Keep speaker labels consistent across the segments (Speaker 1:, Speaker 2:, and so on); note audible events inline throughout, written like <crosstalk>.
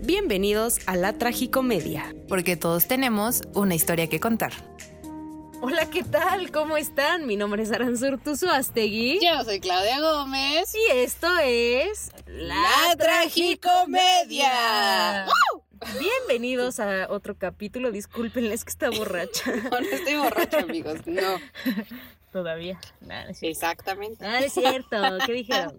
Speaker 1: Bienvenidos a la Tragicomedia.
Speaker 2: Porque todos tenemos una historia que contar.
Speaker 1: Hola, ¿qué tal? ¿Cómo están? Mi nombre es Aranzurtuzu Astegui.
Speaker 3: Yo soy Claudia Gómez.
Speaker 1: Y esto es.
Speaker 3: La <laughs> Tragicomedia.
Speaker 1: Bienvenidos a otro capítulo. Discúlpenles que está borracha.
Speaker 3: No, no estoy borracha, amigos. No,
Speaker 1: <laughs> Todavía. Nada, no es cierto.
Speaker 3: exactamente.
Speaker 1: Nada, no es <laughs> cierto. ¿Qué dijeron?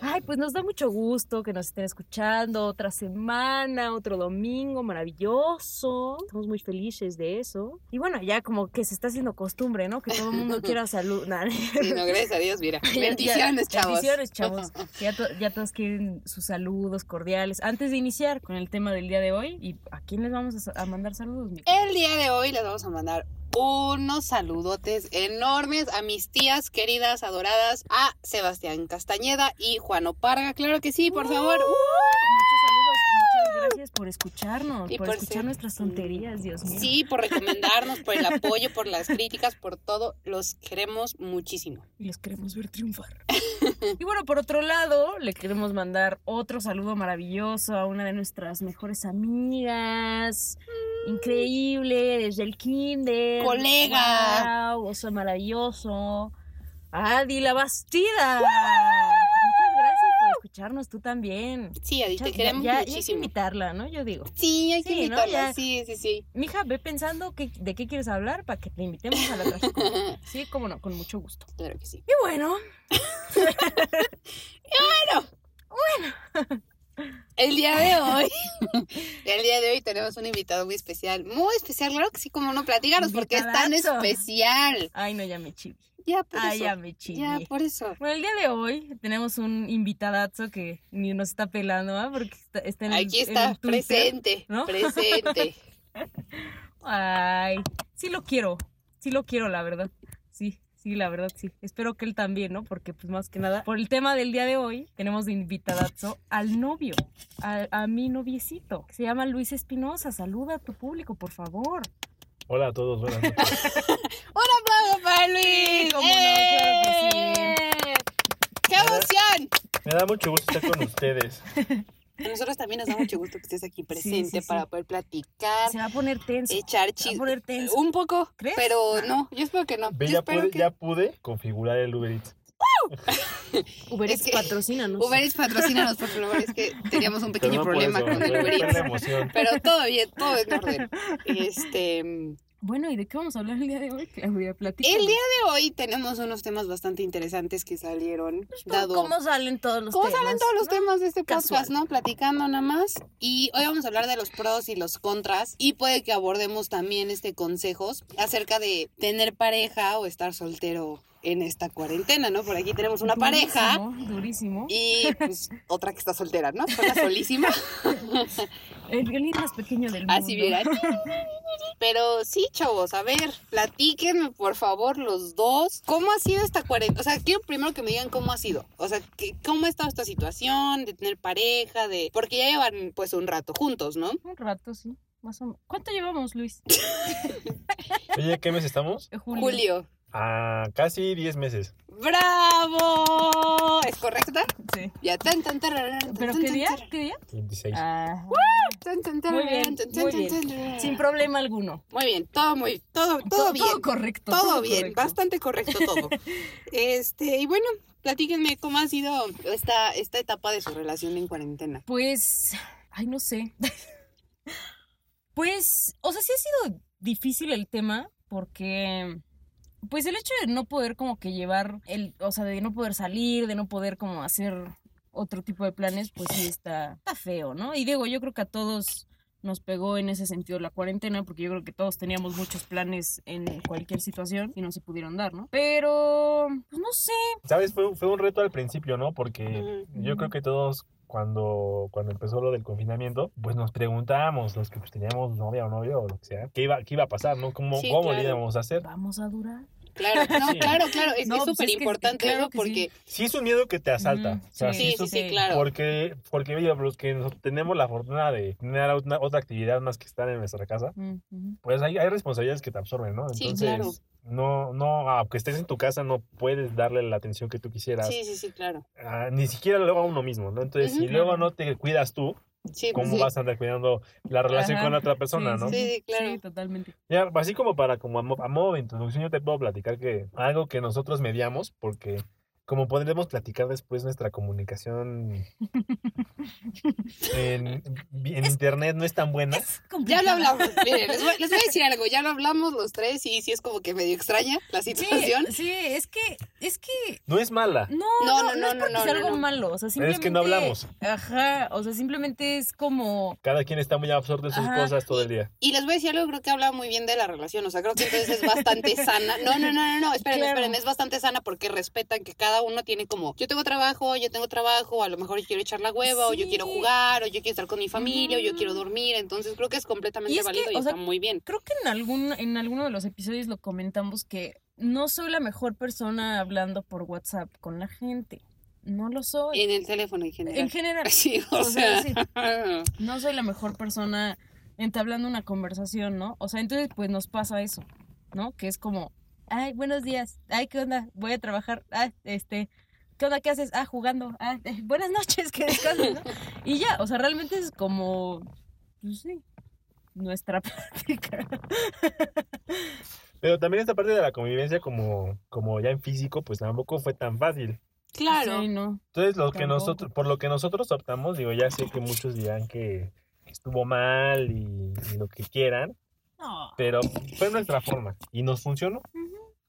Speaker 1: Ay, pues nos da mucho gusto que nos estén escuchando otra semana, otro domingo maravilloso. Estamos muy felices de eso. Y bueno, ya como que se está haciendo costumbre, ¿no? Que todo el mundo quiera salud. <laughs> Nah,
Speaker 3: Sí, no, gracias a Dios, mira.
Speaker 1: <laughs> Ya- ya-
Speaker 3: Bendiciones, chavos.
Speaker 1: Bendiciones, chavos. Ya, to- ya todos quieren sus saludos cordiales. Antes de iniciar con el tema del día de hoy, ¿y a quién les vamos a, sa- a mandar saludos, mi
Speaker 3: El día de hoy les vamos a mandar unos saludotes enormes a mis tías queridas, adoradas, a Sebastián Castañeda y Juan Oparga. Claro que sí, por favor.
Speaker 1: Uh. Muchos saludos. Muchas gracias por escucharnos,
Speaker 3: Y
Speaker 1: por,
Speaker 3: por
Speaker 1: escuchar
Speaker 3: ser-
Speaker 1: nuestras tonterías, Dios mío.
Speaker 3: Sí, por recomendarnos, por el apoyo, por las críticas, por todo. Los queremos muchísimo.
Speaker 1: Y los queremos ver
Speaker 3: <laughs>
Speaker 1: triunfar. y bueno, por otro lado, le queremos mandar otro saludo maravilloso a una de nuestras mejores amigas.
Speaker 3: Mm.
Speaker 1: Increíble, desde el kinder.
Speaker 3: Colega.
Speaker 1: Wow, eso es maravilloso. Adi la Bastida. Muchas gracias por escucharnos, tú también.
Speaker 3: Sí, Adi, te
Speaker 1: Muchas-
Speaker 3: queremos
Speaker 1: ya, ya hay que
Speaker 3: muchísimo.
Speaker 1: invitarla, ¿no? Yo digo.
Speaker 3: Sí, hay que
Speaker 1: Sí, ¿no?
Speaker 3: invitarla.
Speaker 1: Ya.
Speaker 3: Sí, sí, sí. <laughs>
Speaker 1: Mija, ve pensando que- de qué quieres hablar para que te invitemos a
Speaker 3: <laughs>
Speaker 1: la tragicomedia. Sí, cómo no, con mucho gusto.
Speaker 3: Claro que sí.
Speaker 1: Y bueno,
Speaker 3: El día
Speaker 1: <laughs>
Speaker 3: de hoy, <laughs> el día de hoy tenemos un invitado muy especial, muy especial, claro que sí, como no, platícanos porque es tan
Speaker 1: Invitadazo.
Speaker 3: especial.
Speaker 1: ay no, ya me chiví.
Speaker 3: Ya por
Speaker 1: Ay,
Speaker 3: eso.
Speaker 1: ya me chiví.
Speaker 3: ya por eso.
Speaker 1: Bueno, el día de hoy tenemos un invitadazo que ni nos está pelando, ¿ah? Porque está, está en el-
Speaker 3: Aquí
Speaker 1: en
Speaker 3: está,
Speaker 1: el Twitter.
Speaker 3: presente,
Speaker 1: ¿no? <laughs>
Speaker 3: presente.
Speaker 1: Ay, sí lo quiero, sí lo quiero, la verdad. Sí, sí, la verdad, sí. Espero que él también, ¿no? Porque, pues, más que nada, por el tema del día de hoy, tenemos de invitadazo al novio, a, a mi noviecito, que se llama Luis Espinosa. Saluda a tu público, por favor.
Speaker 4: Hola a todos, buenas noches.
Speaker 3: ¡Hola, papá Luis!
Speaker 1: cómo no, claro que
Speaker 3: ¡Eh! ¡Qué emoción!
Speaker 4: Me da mucho gusto estar con ustedes.
Speaker 3: A nosotros también nos da mucho gusto que estés aquí presente
Speaker 1: sí, sí.
Speaker 3: para poder platicar,
Speaker 1: Se va a poner tenso.
Speaker 3: echar
Speaker 1: Se va a
Speaker 3: chisme.
Speaker 1: poner tenso.
Speaker 3: Un poco,
Speaker 1: ¿Crees? Ah.
Speaker 3: pero no, yo espero que no.
Speaker 4: Ve,
Speaker 3: yo
Speaker 4: ya
Speaker 3: espero
Speaker 4: pude,
Speaker 3: que...
Speaker 4: ya pude configurar el Uber Eats.
Speaker 1: Uber
Speaker 3: es
Speaker 1: Eats
Speaker 3: que-
Speaker 1: patrocínanos.
Speaker 3: Uber Eats, patrocínanos, por favor. Es
Speaker 1: <laughs>
Speaker 3: que teníamos un pequeño
Speaker 4: Perdón por
Speaker 3: problema
Speaker 4: eso,
Speaker 3: con el
Speaker 4: pero
Speaker 3: Uber
Speaker 4: fue
Speaker 3: Eats.
Speaker 4: la emoción.
Speaker 3: Pero todo bien, todo en
Speaker 4: <laughs>
Speaker 3: orden. Este, el
Speaker 1: Bueno, ¿y de qué vamos a hablar el día de hoy, Claudia? Platícanos.
Speaker 3: día de hoy tenemos unos temas bastante interesantes que salieron, dado
Speaker 1: Pues, ¿Cómo salen todos los
Speaker 3: cómo
Speaker 1: temas?
Speaker 3: salen todos los
Speaker 1: no?
Speaker 3: temas de este
Speaker 1: Casual.
Speaker 3: podcast, ¿no? Platicando nada más. Y hoy vamos a hablar de los pros y los contras. Y puede que abordemos también este consejos acerca de tener pareja o estar soltero en esta cuarentena, ¿no? Por aquí tenemos una pareja.
Speaker 1: Durísimo, durísimo.
Speaker 3: Y pues otra que está soltera, ¿no? Sola
Speaker 1: <laughs>
Speaker 3: solísima.
Speaker 1: El violín más pequeño del mundo.
Speaker 3: Así vieran.
Speaker 1: <laughs>
Speaker 3: Pero sí, chavos, a ver, platíquenme por favor los dos. ¿Cómo ha sido esta cuarentena? O sea, quiero primero que me digan cómo ha sido. O sea, que- ¿cómo ha estado esta situación de tener pareja? de Porque ya llevan pues un rato juntos, ¿no?
Speaker 1: Un rato, sí. Más o menos. ¿Cuánto llevamos, Luis? Eh,
Speaker 4: Oye, ¿qué mes estamos?
Speaker 1: Julio.
Speaker 3: Julio.
Speaker 4: Ah, casi 10 meses.
Speaker 3: ¡Bravo! ¿Es correcta?
Speaker 1: Sí.
Speaker 3: Ya. Tan, tan, tararán, tan,
Speaker 1: ¿Pero
Speaker 3: tan,
Speaker 1: qué
Speaker 3: tan,
Speaker 1: día?
Speaker 3: tararán,
Speaker 1: ¿Qué día?
Speaker 4: 26.
Speaker 1: Ah,
Speaker 3: tan, tan,
Speaker 1: Muy
Speaker 3: tararán,
Speaker 1: bien,
Speaker 3: tan, tan,
Speaker 1: muy
Speaker 3: tan,
Speaker 1: bien.
Speaker 3: tararán.
Speaker 1: sin problema alguno.
Speaker 3: Muy bien, todo muy, todo, todo, bien.
Speaker 1: Todo correcto.
Speaker 3: Todo, bien,
Speaker 1: correcto.
Speaker 3: bastante correcto
Speaker 1: <laughs>
Speaker 3: todo. este, y bueno, platíquenme cómo ha sido esta, esta etapa de su relación en cuarentena.
Speaker 1: Pues, ay, no sé. <laughs> Pues, o sea, sí ha sido difícil el tema porque, pues el hecho de no poder como que llevar, el, o sea, de no poder salir, de no poder como hacer otro tipo de planes, pues sí está, está feo, ¿no? Y digo, yo creo que a todos nos pegó en ese sentido la cuarentena, porque yo creo que todos teníamos muchos planes en cualquier situación y no se pudieron dar, ¿no? Pero, pues no sé.
Speaker 4: ¿Sabes? Fue, fue un reto al principio, ¿no? Porque
Speaker 3: Ujú.
Speaker 4: yo creo que todos cuando, cuando empezó lo del confinamiento, pues nos preguntábamos, los que pues, teníamos novia o novio o lo que sea, ¿qué iba, qué iba a pasar, no? ¿Cómo,
Speaker 3: Sí,
Speaker 4: cómo
Speaker 3: claro.
Speaker 4: le íbamos a hacer?
Speaker 1: Vamos a durar.
Speaker 3: Claro, no,
Speaker 4: Sí.
Speaker 3: claro, claro, es
Speaker 1: No,
Speaker 3: es
Speaker 1: pues es
Speaker 3: súper
Speaker 1: que-
Speaker 3: importante
Speaker 1: claro
Speaker 3: ¿no?
Speaker 1: que sí.
Speaker 3: porque
Speaker 4: Sí es un miedo que te asalta.
Speaker 1: Ujú,
Speaker 4: O sea,
Speaker 3: sí,
Speaker 4: sí
Speaker 3: sí,
Speaker 4: es un-
Speaker 3: sí, claro.
Speaker 4: Porque, porque mira, los que nos- tenemos la fortuna de tener una- otra actividad más que estar en nuestra casa,
Speaker 1: Mm, ujú.
Speaker 4: pues hay, hay responsabilidades que te absorben, ¿no?
Speaker 3: Sí,
Speaker 4: Entonces,
Speaker 3: claro.
Speaker 4: no, no, aunque estés en tu casa, no puedes darle la atención que tú quisieras,
Speaker 3: Sí, sí, sí, claro.
Speaker 4: ah, ni siquiera luego a uno mismo, ¿no? Entonces,
Speaker 3: Ujú.
Speaker 4: si luego no te cuidas tú,
Speaker 3: Sí, pues
Speaker 4: ¿Cómo
Speaker 3: sí.
Speaker 4: vas a andar cuidando la relación
Speaker 1: Ajá.
Speaker 4: con la otra persona,
Speaker 1: Sí,
Speaker 4: no?
Speaker 3: Sí, sí, claro.
Speaker 1: Sí, totalmente.
Speaker 4: Ya, así como para, como a, mo- a modo de introducción, yo te puedo platicar que algo que nosotros mediamos, porque como podremos platicar después nuestra comunicación en, en internet no es tan buena.
Speaker 1: Es
Speaker 3: Ya
Speaker 1: complicado.
Speaker 3: lo hablamos. Miren, les voy, les voy a decir algo. Ya lo hablamos los tres y sí es como que medio extraña la
Speaker 1: Sí,
Speaker 3: situación.
Speaker 1: sí, es que, es que,
Speaker 4: No es mala.
Speaker 1: no,
Speaker 3: No, no,
Speaker 1: no, no,
Speaker 3: no,
Speaker 1: es porque
Speaker 3: no,
Speaker 1: sea
Speaker 3: no,
Speaker 1: algo
Speaker 3: no.
Speaker 1: malo, o sea,
Speaker 4: Es
Speaker 1: simplemente...
Speaker 4: que no hablamos.
Speaker 1: Ajá, o sea, simplemente es como...
Speaker 4: Cada quien está muy absorto en sus
Speaker 1: Ajá.
Speaker 4: cosas todo el día.
Speaker 3: Y les voy a decir algo, creo que habla muy bien de la relación. O sea, creo que entonces es
Speaker 1: <laughs>
Speaker 3: bastante sana. No, no, no, no, no. Esperen,
Speaker 1: Claro.
Speaker 3: esperen. Es bastante sana porque respetan que cada uno tiene como, yo tengo trabajo, yo tengo trabajo, a lo mejor yo quiero echar la hueva, o yo
Speaker 1: Sí.
Speaker 3: quiero jugar, o yo quiero estar con mi familia, o yo
Speaker 1: Ujú.
Speaker 3: quiero dormir. Entonces creo que es completamente
Speaker 1: Y es que,
Speaker 3: válido y
Speaker 1: o sea,
Speaker 3: está muy bien.
Speaker 1: Creo que en, algún, en alguno de los episodios lo comentamos que no soy la mejor persona hablando por WhatsApp con la gente. No lo soy.
Speaker 3: En el teléfono en general.
Speaker 1: En
Speaker 3: <laughs>
Speaker 1: general.
Speaker 3: Sí, o,
Speaker 1: O sea,
Speaker 3: sea. <laughs>
Speaker 1: sí. no soy la mejor persona entablando una conversación, ¿no? O sea, entonces pues nos pasa eso, ¿no? Que es como, ay, buenos días, ay, ¿qué onda? Voy a trabajar, ah, este, ¿qué onda? ¿Qué haces? Ah, jugando, ah, <laughs> eh, buenas noches, que descanses, ¿no? Y ya, o sea, realmente es como, pues sí, nuestra <laughs> práctica.
Speaker 4: Pero también esta parte de la convivencia, como, como ya en físico, pues tampoco fue tan fácil.
Speaker 3: Claro.
Speaker 1: Sí, no.
Speaker 4: Entonces, lo que
Speaker 1: Tampoco.
Speaker 4: nosotros, por lo que nosotros optamos, digo, ya sé que muchos dirán que estuvo mal y- y lo que quieran,
Speaker 1: No.
Speaker 4: pero fue nuestra forma y nos funcionó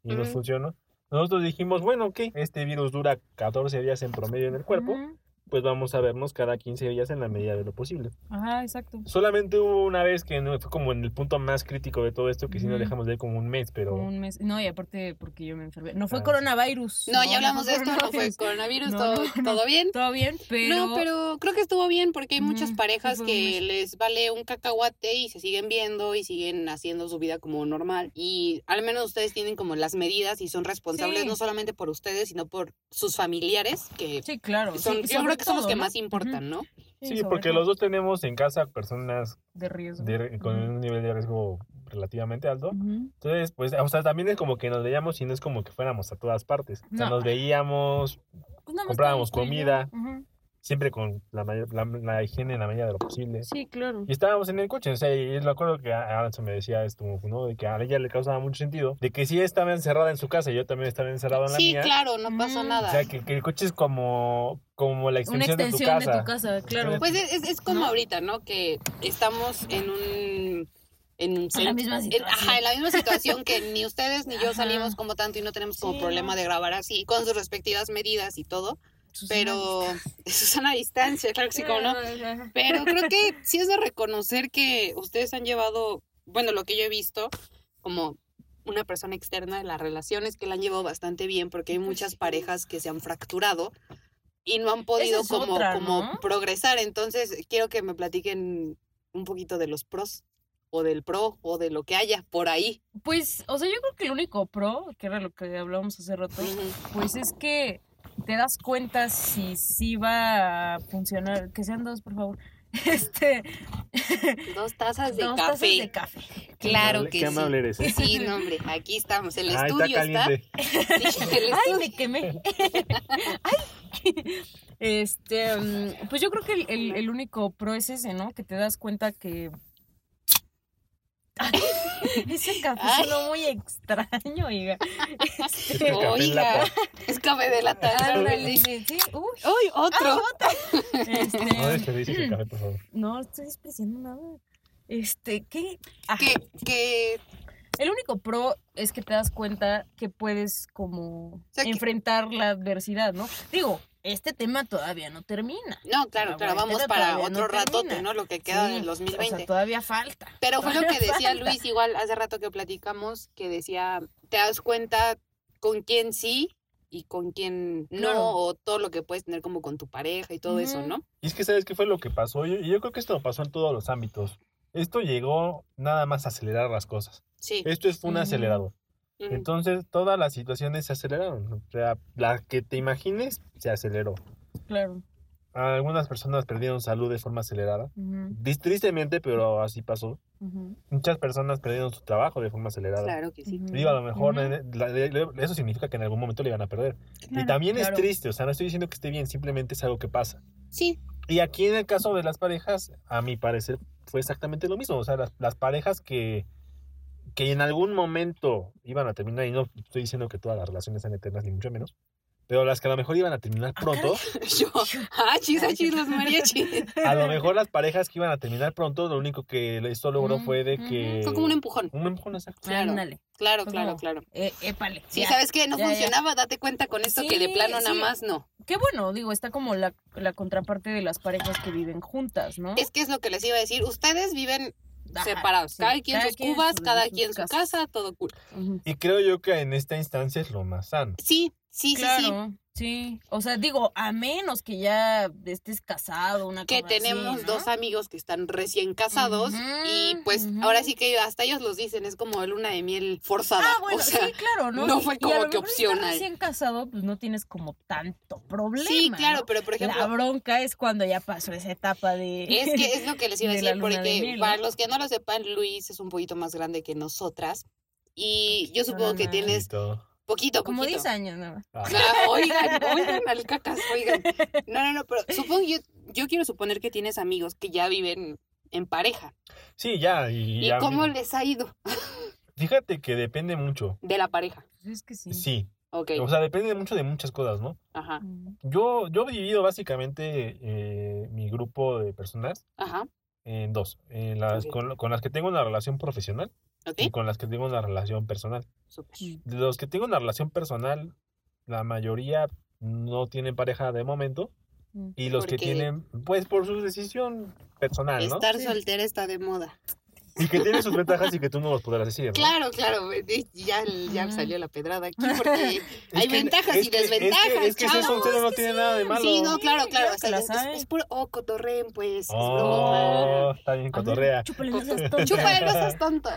Speaker 4: y nos
Speaker 3: Ujú.
Speaker 4: funcionó nosotros dijimos bueno ok este virus dura 14 días en promedio en el cuerpo
Speaker 1: Ujú.
Speaker 4: pues vamos a vernos cada 15 días en la medida de lo posible
Speaker 1: Ajá, exacto.
Speaker 4: solamente hubo una vez que no- fue como en el punto más crítico de todo esto que si no
Speaker 1: Ujú.
Speaker 4: dejamos de ir como un mes pero
Speaker 1: Como un mes. No, y aparte porque yo me enfermé. No fue
Speaker 4: Ah, sí.
Speaker 1: coronavirus.
Speaker 3: No, ya hablamos
Speaker 1: fue
Speaker 3: de esto, no fue
Speaker 1: coronavirus.
Speaker 3: coronavirus,
Speaker 1: No,
Speaker 3: todo,
Speaker 1: no, no.
Speaker 3: todo bien.
Speaker 1: Todo bien, pero...
Speaker 3: No, pero creo que estuvo bien porque hay muchas
Speaker 1: Ujú,
Speaker 3: parejas
Speaker 1: fue
Speaker 3: que
Speaker 1: un
Speaker 3: les vale un cacahuate y se siguen viendo y siguen haciendo su vida como normal. Y al menos ustedes tienen como las medidas y son responsables
Speaker 1: Sí.
Speaker 3: no solamente por ustedes, sino por sus familiares, que
Speaker 1: Sí, claro.
Speaker 3: son,
Speaker 1: sí,
Speaker 3: yo creo
Speaker 1: sobre
Speaker 3: que son los
Speaker 1: todo,
Speaker 3: que
Speaker 1: ¿no?
Speaker 3: más importan, ¿no?
Speaker 1: Ujú.
Speaker 4: sí,
Speaker 1: sobre
Speaker 4: porque
Speaker 1: todo.
Speaker 4: los dos tenemos en casa personas
Speaker 1: De riesgo.
Speaker 4: de- con
Speaker 1: Ujú.
Speaker 4: un nivel de riesgo relativamente alto
Speaker 1: Ujú.
Speaker 4: Entonces, pues, o sea, también es como que nos veíamos y no es como que fuéramos a todas partes. O sea,
Speaker 1: No.
Speaker 4: nos veíamos
Speaker 1: Pues nada más
Speaker 4: Comprábamos
Speaker 1: estábamos tú y yo.
Speaker 4: comida.
Speaker 1: Ujú.
Speaker 4: siempre con la, mayor- la, la higiene en la medida de lo posible.
Speaker 1: Sí, claro.
Speaker 4: Y estábamos en el coche, o sea, y me acuerdo que a- Alan se me decía esto, ¿no? De que a ella le causaba mucho sentido, de que si ella estaba encerrada en su casa y yo también estaba encerrado en la
Speaker 3: Sí,
Speaker 4: mía.
Speaker 3: claro, no pasa
Speaker 1: Mm.
Speaker 4: O
Speaker 3: nada.
Speaker 4: sea, que, que el coche es como, como la
Speaker 1: Una
Speaker 4: extensión,
Speaker 1: extensión
Speaker 4: de tu casa.
Speaker 1: claro.
Speaker 3: Pues es, es- es como
Speaker 1: ¿No?
Speaker 3: ahorita, ¿no? Que estamos en un... En, un
Speaker 1: En la
Speaker 3: cel-
Speaker 1: misma
Speaker 3: en-
Speaker 1: situación.
Speaker 3: ajá, en la misma situación que
Speaker 1: <laughs>
Speaker 3: ni ustedes ni yo
Speaker 1: Ajá.
Speaker 3: salimos como tanto y no tenemos como
Speaker 1: Sí,
Speaker 3: problema
Speaker 1: no.
Speaker 3: de grabar así, con sus respectivas medidas y todo. pero <laughs> Susana a distancia, Pues, claro que sí, como no. Pero creo <laughs> que sí es de reconocer que ustedes han llevado, bueno, lo que yo he visto como una persona externa de las relaciones que la han llevado bastante bien porque hay
Speaker 1: Pues
Speaker 3: muchas
Speaker 1: sí.
Speaker 3: parejas que se han fracturado y no han podido
Speaker 1: es
Speaker 3: como,
Speaker 1: otra,
Speaker 3: como
Speaker 1: ¿no?
Speaker 3: progresar. Entonces, quiero que me platiquen un poquito de los pros o del pro o de lo que haya por ahí.
Speaker 1: Pues, o sea, yo creo que el único pro, que era lo que hablábamos hace rato, pues es que te das cuenta si sí va a funcionar. Que sean dos, por favor. <laughs> Este,
Speaker 3: Dos tazas de
Speaker 1: dos
Speaker 3: café.
Speaker 1: tazas de café.
Speaker 3: Claro
Speaker 4: Amable-
Speaker 3: que
Speaker 4: Qué
Speaker 3: sí.
Speaker 4: amable
Speaker 3: <laughs>
Speaker 4: eres. ¿eh?
Speaker 3: Sí, no, hombre, aquí estamos. El
Speaker 4: Ah,
Speaker 3: estudio
Speaker 4: está
Speaker 3: está.
Speaker 4: caliente. <laughs>
Speaker 3: Sí, el
Speaker 1: Ay,
Speaker 3: estudio.
Speaker 1: me quemé. <laughs> Ay. <laughs> Este, mm, pues yo creo que el, el- el único pro es ese, ¿no? Que te das cuenta que. Ay, <laughs> ese café
Speaker 3: Ay.
Speaker 1: sonó muy extraño, oiga.
Speaker 4: Es que el Este café
Speaker 3: Oiga.
Speaker 4: lata.
Speaker 3: Es café de la tarde.
Speaker 1: Ándale, sí, sí.
Speaker 3: <laughs>
Speaker 1: Uy.
Speaker 3: ¡Uy, Ah, otro!
Speaker 1: Este,
Speaker 4: No
Speaker 3: <laughs>
Speaker 4: desperdicias el café, por favor.
Speaker 1: no estoy despreciando nada. Este, ¿qué? Ah,
Speaker 3: que, que
Speaker 1: El único pro es que te das cuenta que puedes como
Speaker 3: sea, que-
Speaker 1: enfrentar la adversidad, ¿no? Digo, este tema todavía no termina.
Speaker 3: no, claro,
Speaker 1: La
Speaker 3: claro, vamos
Speaker 1: cuarentena
Speaker 3: para
Speaker 1: Ah, todavía no
Speaker 3: otro ratote,
Speaker 1: termina.
Speaker 3: ¿no? Lo que queda
Speaker 1: Sí,
Speaker 3: del
Speaker 1: O
Speaker 3: 2020.
Speaker 1: sea, todavía falta.
Speaker 3: Pero fue lo
Speaker 1: todavía
Speaker 3: que decía
Speaker 1: falta.
Speaker 3: Luis igual hace rato que platicamos, que decía, te das cuenta con quién sí y con quién no,
Speaker 1: Claro.
Speaker 3: o todo lo que puedes tener como con tu pareja y todo eso,
Speaker 1: Ujú.
Speaker 3: ¿no?
Speaker 4: Y es que, ¿sabes qué fue lo que pasó? Yo, yo creo que esto pasó en todos los ámbitos. Esto llegó nada más a acelerar las cosas.
Speaker 3: Sí.
Speaker 4: Esto es un
Speaker 1: Ujú.
Speaker 4: acelerador.
Speaker 3: Ujú.
Speaker 4: Entonces, todas las situaciones se aceleraron. O sea, la que te imagines se aceleró.
Speaker 1: Claro.
Speaker 4: Algunas personas perdieron salud de forma acelerada.
Speaker 1: Ujú,
Speaker 4: Dis- Tristemente, pero así pasó.
Speaker 1: ujú,
Speaker 4: Muchas personas perdieron su trabajo de forma acelerada.
Speaker 3: Claro que sí.
Speaker 1: ujú,
Speaker 4: Digo, a lo mejor
Speaker 1: ujú.
Speaker 4: en- la- de- de- eso significa que en algún momento le van a perder. y
Speaker 1: Claro,
Speaker 4: también es
Speaker 1: claro.
Speaker 4: triste, o sea, no estoy diciendo que esté bien, simplemente es algo que pasa.
Speaker 3: Sí, <laughs>
Speaker 4: Y aquí en el caso de las parejas, a mi parecer, fue exactamente lo mismo. O sea, las, las parejas que, que en algún momento iban a terminar, y no estoy diciendo que todas las relaciones sean eternas, ni mucho menos, pero las que a lo mejor iban a terminar pronto,
Speaker 3: Yo, ah, chis, ah, chis, los mariachis.
Speaker 1: <laughs>
Speaker 4: a lo mejor las parejas que iban a terminar pronto, lo único que esto logró
Speaker 1: Mm,
Speaker 4: fue de
Speaker 1: ujú.
Speaker 4: que...
Speaker 3: Fue como un em-, empujón.
Speaker 4: un empujón, exacto.
Speaker 3: Claro.
Speaker 1: Ándale.
Speaker 3: Claro,
Speaker 1: Fue
Speaker 3: claro,
Speaker 1: como-
Speaker 3: claro.
Speaker 1: Eh, épale.
Speaker 3: Sí,
Speaker 1: ya.
Speaker 3: ¿sabes qué? No
Speaker 1: ya, ya.
Speaker 3: funcionaba, date cuenta con esto que de
Speaker 1: Sí,
Speaker 3: plano nada
Speaker 1: sí.
Speaker 3: más no.
Speaker 1: Qué bueno, digo, está como la, la contraparte de las parejas que viven juntas, ¿no?
Speaker 3: Es que es lo que les iba a decir. Ustedes viven
Speaker 1: Ajá,
Speaker 3: separados,
Speaker 1: sí.
Speaker 3: cada quien sus cubas,
Speaker 1: en
Speaker 3: cada
Speaker 1: sus
Speaker 3: quien su
Speaker 1: casas.
Speaker 3: casa, todo cool.
Speaker 1: Ujú.
Speaker 4: Y creo yo que en esta instancia es lo más sano.
Speaker 3: Sí, sí, sí, sí.
Speaker 1: claro, sí. O sea, digo, a menos que ya estés casado, una
Speaker 3: Que
Speaker 1: cosa así,
Speaker 3: tenemos
Speaker 1: ¿no? Ah,
Speaker 3: dos amigos que están recién casados
Speaker 1: Ujú,
Speaker 3: y pues
Speaker 1: ujú.
Speaker 3: ahora sí que hasta ellos los dicen, es como luna de miel forzada.
Speaker 1: Ah, bueno,
Speaker 3: o sea,
Speaker 1: sí, claro, ¿no?
Speaker 3: no fue
Speaker 1: Y- y a
Speaker 3: como
Speaker 1: lo
Speaker 3: que
Speaker 1: mejor si estás
Speaker 3: opcional.
Speaker 1: recién casado, pues no tienes como tanto problema.
Speaker 3: sí, claro,
Speaker 1: ¿no?
Speaker 3: pero por ejemplo,
Speaker 1: la bronca es cuando ya pasó esa etapa de.
Speaker 3: Es que es lo que les iba a
Speaker 1: de la
Speaker 3: decir,
Speaker 1: luna de
Speaker 3: porque
Speaker 1: miel, ¿no?
Speaker 3: para los que no lo sepan, Luis es un poquito más grande que nosotras. Y yo supongo que
Speaker 1: nada más.
Speaker 3: tienes
Speaker 4: Y todo.
Speaker 3: poquito,
Speaker 1: <laughs> como
Speaker 3: poquito.
Speaker 1: 10 años nada más.
Speaker 4: Ah,
Speaker 3: Ah, oigan, oigan, alcacas, oigan. No, no, no, pero supongo yo, yo quiero suponer que tienes amigos que ya viven en pareja.
Speaker 4: Sí, ya. ¿Y,
Speaker 3: ¿Y
Speaker 4: ya-
Speaker 3: cómo les ha ido
Speaker 4: Fíjate que depende mucho.
Speaker 3: de la pareja?
Speaker 1: Pues es que sí.
Speaker 4: Sí.
Speaker 3: Ok,
Speaker 4: O sea, depende mucho de muchas cosas, ¿no?
Speaker 3: ajá,
Speaker 1: Mm.
Speaker 4: Yo, yo he dividido básicamente eh, mi grupo de personas
Speaker 3: ajá,
Speaker 4: en dos. En las,
Speaker 3: Ok.
Speaker 4: con, con las que tengo una relación profesional y
Speaker 3: ok,
Speaker 4: con las que tengo una relación personal.
Speaker 3: súper.
Speaker 4: De los que tengo una relación personal, la mayoría no tienen pareja de momento.
Speaker 1: Mm.
Speaker 4: Y los que
Speaker 3: Porque-
Speaker 4: tienen, pues por su decisión personal, ¿no?
Speaker 3: Estar
Speaker 1: Sí.
Speaker 3: soltera está de moda.
Speaker 4: Y que tienen sus ventajas y que tú no los podrás decir, ¿no?
Speaker 3: Claro, claro, eh, ya, ya
Speaker 1: Ajá.
Speaker 3: salió la pedrada
Speaker 4: <laughs>
Speaker 3: aquí porque
Speaker 4: Es
Speaker 3: hay
Speaker 4: que-
Speaker 3: ventajas
Speaker 4: es
Speaker 3: y
Speaker 4: que- es que-
Speaker 3: desventajas.
Speaker 4: Es que, ser
Speaker 3: chavos.
Speaker 4: soltero no tiene nada de malo.
Speaker 3: Sí, no, claro, claro.
Speaker 1: Sí, claro
Speaker 3: o sea,
Speaker 1: que la
Speaker 3: es, es-
Speaker 1: sabe.
Speaker 3: es puro oh, cotorreen, pues.
Speaker 4: Oh, está
Speaker 1: A
Speaker 4: bien
Speaker 1: ver,
Speaker 4: cotorrea.
Speaker 1: chúpale, no seas tonta.
Speaker 3: Es broma. Chúpale, no seas tonto.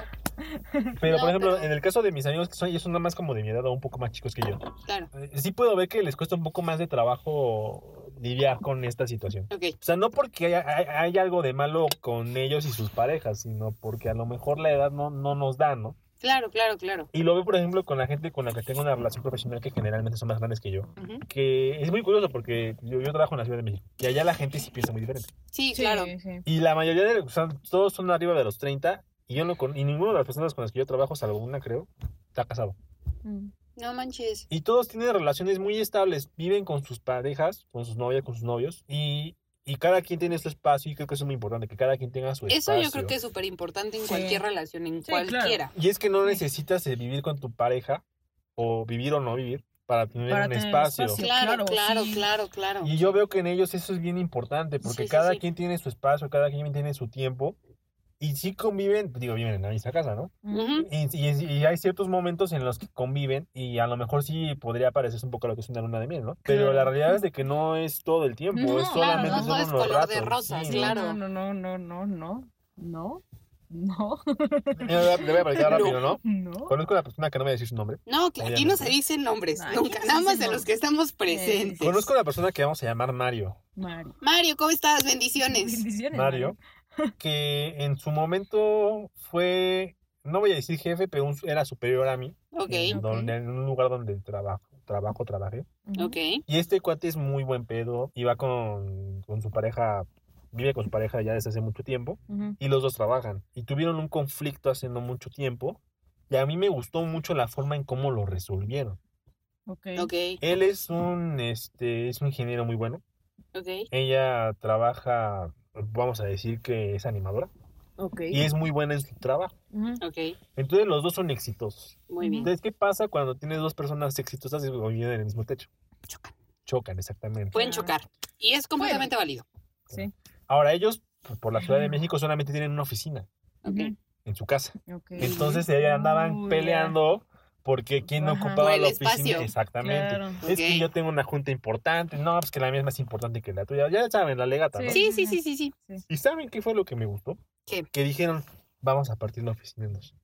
Speaker 4: Pero,
Speaker 3: No,
Speaker 4: por ejemplo,
Speaker 3: pero-
Speaker 4: en el caso de mis amigos, que son, ellos son nada más como de mi edad o un poco más chicos que yo,
Speaker 3: Claro,
Speaker 4: eh, sí puedo ver que les cuesta un poco más de trabajo lidiar con esta situación.
Speaker 3: ok.
Speaker 4: O sea, no porque haya- hay, hay algo de malo con ellos y sus parejas, sino porque a lo mejor la edad no, no nos da, ¿no?
Speaker 3: Claro, claro, claro.
Speaker 4: Y lo veo, por ejemplo, con la gente con la que tengo una relación profesional que generalmente son más grandes que yo.
Speaker 3: Ujú.
Speaker 4: Que es muy curioso porque yo, yo trabajo en la Ciudad de México y allá la gente sí piensa muy diferente.
Speaker 3: Sí,
Speaker 1: Sí,
Speaker 3: claro.
Speaker 1: sí.
Speaker 4: Y la mayoría de o sea, todos son arriba de los 30 y yo no con y ninguna de las personas con las que yo trabajo, salvo una creo, está casado.
Speaker 1: Mm.
Speaker 3: No manches.
Speaker 4: Y todos tienen relaciones muy estables, viven con sus parejas, con sus novias, con sus novios y, y cada quien tiene su espacio y creo que eso es muy importante, que cada quien tenga su
Speaker 3: Eso
Speaker 4: Pues espacio.
Speaker 3: yo creo que es súper importante en
Speaker 1: Sí.
Speaker 3: cualquier relación, en
Speaker 1: Sí, claro.
Speaker 3: cualquiera.
Speaker 4: Y es que no necesitas eh, vivir con tu pareja o vivir o no vivir para tener
Speaker 1: Para
Speaker 4: un
Speaker 1: tener el
Speaker 4: espacio.
Speaker 1: espacio. Sí,
Speaker 3: Claro,
Speaker 1: claro,
Speaker 3: claro,
Speaker 1: sí.
Speaker 3: claro, claro.
Speaker 4: Y yo veo que en ellos eso es bien importante, porque
Speaker 3: Sí, sí,
Speaker 4: cada
Speaker 3: sí.
Speaker 4: quien tiene su espacio, cada quien tiene su tiempo, y sí conviven, digo, viven en la misma casa, ¿no?
Speaker 3: Ujú.
Speaker 4: Y, y- y hay ciertos momentos en los que conviven y a lo mejor sí podría parecerse un poco a lo que es una luna de miel, ¿no? Pero
Speaker 1: Claro.
Speaker 4: la realidad es de que no es todo el tiempo,
Speaker 1: No,
Speaker 4: es
Speaker 1: claro,
Speaker 4: solamente
Speaker 1: no, no
Speaker 4: son
Speaker 3: es
Speaker 4: unos
Speaker 3: color de
Speaker 4: ratos,
Speaker 3: rosas,
Speaker 4: sí.
Speaker 1: Sí,
Speaker 4: <laughs>
Speaker 3: claro.
Speaker 1: No, no, no, no, no, no, no,
Speaker 4: Mira, le voy a- le voy a platicar rápido, ¿no?
Speaker 1: no, no.
Speaker 4: Conozco a una persona que no voy a decir su nombre.
Speaker 3: No, que aquí no se dicen nombres,
Speaker 1: Ay,
Speaker 3: nunca.
Speaker 1: aquí no se
Speaker 3: Nada más
Speaker 1: dicen
Speaker 3: de los
Speaker 1: nombres.
Speaker 3: que estamos presentes.
Speaker 4: Conozco a una persona que vamos a llamar Mario.
Speaker 1: Mario.
Speaker 3: Mario, ¿cómo estás? Bendiciones.
Speaker 1: Bendiciones,
Speaker 4: Mario, que en su momento fue, no voy a decir jefe, pero un- era superior a mí.
Speaker 3: Ok,
Speaker 4: en,
Speaker 1: Ok.
Speaker 4: donde- en un lugar donde trabajo, trabajo, trabajé.
Speaker 1: Ujú.
Speaker 3: ok.
Speaker 4: Y este cuate es muy buen pedo, iba con, con su pareja, vive con su pareja ya desde hace mucho tiempo,
Speaker 1: Ujú.
Speaker 4: y los dos trabajan. Y tuvieron un conflicto hace no mucho tiempo, y a mí me gustó mucho la forma en cómo lo resolvieron.
Speaker 1: Ok.
Speaker 3: Ok,
Speaker 4: Él es un, este, es un ingeniero muy bueno,
Speaker 3: ok.
Speaker 4: ella trabaja, vamos a decir que es animadora,
Speaker 1: Ok.
Speaker 4: y es muy buena en su trabajo.
Speaker 1: Ujú.
Speaker 3: Ok,
Speaker 4: Entonces los dos son exitosos.
Speaker 3: muy bien.
Speaker 4: Entonces, ¿qué pasa cuando tienes dos personas exitosas y viven en el mismo techo?
Speaker 3: Chocan.
Speaker 4: Chocan, exactamente.
Speaker 3: Pueden
Speaker 1: Claro.
Speaker 3: chocar. Y es completamente válido.
Speaker 1: Sí.
Speaker 4: Ahora, ellos, pues, por la Ciudad de México, solamente tienen una oficina
Speaker 3: Ok.
Speaker 4: en su casa.
Speaker 1: Ok.
Speaker 4: Entonces, se andaban
Speaker 1: Uy, ya.
Speaker 4: peleando porque quién
Speaker 1: Ajá.
Speaker 4: ocupaba
Speaker 3: Por el
Speaker 4: la oficina.
Speaker 3: espacio.
Speaker 4: Exactamente.
Speaker 1: Claro.
Speaker 4: Es
Speaker 3: Ok.
Speaker 4: que yo tengo una junta importante. No, pues que la mía es más importante que la tuya. Ya saben, la legata, ¿no?
Speaker 1: Sí.
Speaker 3: Sí, sí, sí, sí, sí.
Speaker 4: ¿Y saben qué fue lo que me gustó?
Speaker 3: ¿Qué?
Speaker 4: Que dijeron, vamos a partir la oficina en dos.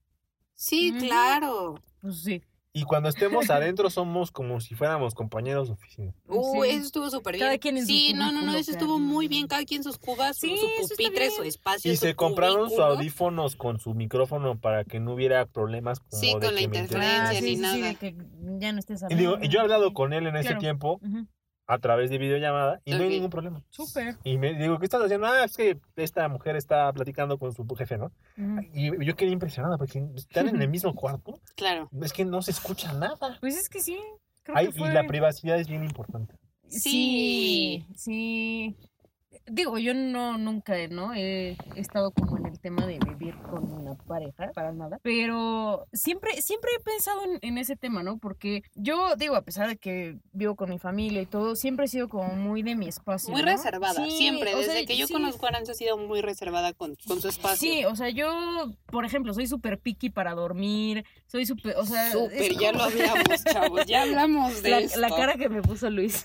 Speaker 3: Sí,
Speaker 1: Ujú.
Speaker 3: claro.
Speaker 1: Pues sí.
Speaker 4: Y cuando
Speaker 3: <laughs>
Speaker 4: estemos adentro, somos como si fuéramos compañeros de oficina.
Speaker 3: Uh,
Speaker 1: Pues Sí.
Speaker 3: eso estuvo súper bien.
Speaker 1: Cada quien en su
Speaker 3: sí, no, no, no,
Speaker 1: cubículo,
Speaker 3: eso estuvo muy bien.
Speaker 1: Carmen.
Speaker 3: Cada quien sus cubas, su-
Speaker 1: Sí,
Speaker 3: su
Speaker 1: eso está
Speaker 3: pupitre, su
Speaker 1: bien.
Speaker 3: espacio.
Speaker 4: Y
Speaker 3: su
Speaker 4: se compraron sus
Speaker 3: cubículo.
Speaker 4: audífonos con su micrófono para que no hubiera problemas como
Speaker 3: Sí,
Speaker 4: de
Speaker 3: con la
Speaker 4: que me
Speaker 3: interferencia.
Speaker 4: interrumpen.
Speaker 1: Ah,
Speaker 3: Ni
Speaker 1: sí, sí, sí,
Speaker 3: nada.
Speaker 1: de que ya no estés
Speaker 4: Y
Speaker 1: hablando.
Speaker 4: digo, y yo he hablado con él en ese
Speaker 1: Claro.
Speaker 4: tiempo
Speaker 1: Ujú.
Speaker 4: a través de videollamada y no
Speaker 3: Ok.
Speaker 4: hay ningún problema.
Speaker 1: Súper.
Speaker 4: Y me digo, ¿qué estás haciendo? Ah, es que esta mujer está platicando con su jefe, ¿no?
Speaker 1: Ujú.
Speaker 4: Y yo quedé impresionada porque están en el mismo cuarto,
Speaker 3: Claro.
Speaker 4: es que no se escucha nada.
Speaker 1: Pues es que sí. Creo
Speaker 4: Ay,
Speaker 1: que
Speaker 4: y
Speaker 1: fue...
Speaker 4: la privacidad es bien importante.
Speaker 1: Sí, sí. Digo, yo no, nunca, ¿no? He estado como en el tema de vivir con una pareja, para nada. Pero siempre, siempre he pensado en, en ese tema, ¿no? Porque yo, digo, a pesar de que vivo con mi familia y todo, siempre he sido como muy de mi espacio.
Speaker 3: Muy
Speaker 1: ¿no?
Speaker 3: reservada,
Speaker 1: Sí,
Speaker 3: siempre.
Speaker 1: o sea,
Speaker 3: Desde que yo
Speaker 1: sí,
Speaker 3: conozco a Aranza ha sido muy reservada con, con su espacio.
Speaker 1: Sí, o sea, yo, por ejemplo, soy súper picky para dormir, soy súper, o sea... es
Speaker 3: Súper, ya lo
Speaker 1: como
Speaker 3: hablamos, chavos, ya hablamos de
Speaker 1: la,
Speaker 3: esto.
Speaker 1: la cara que me puso Luis.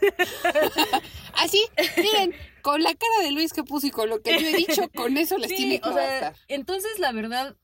Speaker 3: Así, miren, con la cara de Luis que puso y con lo que yo he dicho, con eso les tiene
Speaker 1: Sí,
Speaker 3: que
Speaker 1: o
Speaker 3: bastar.
Speaker 1: sea, entonces la verdad,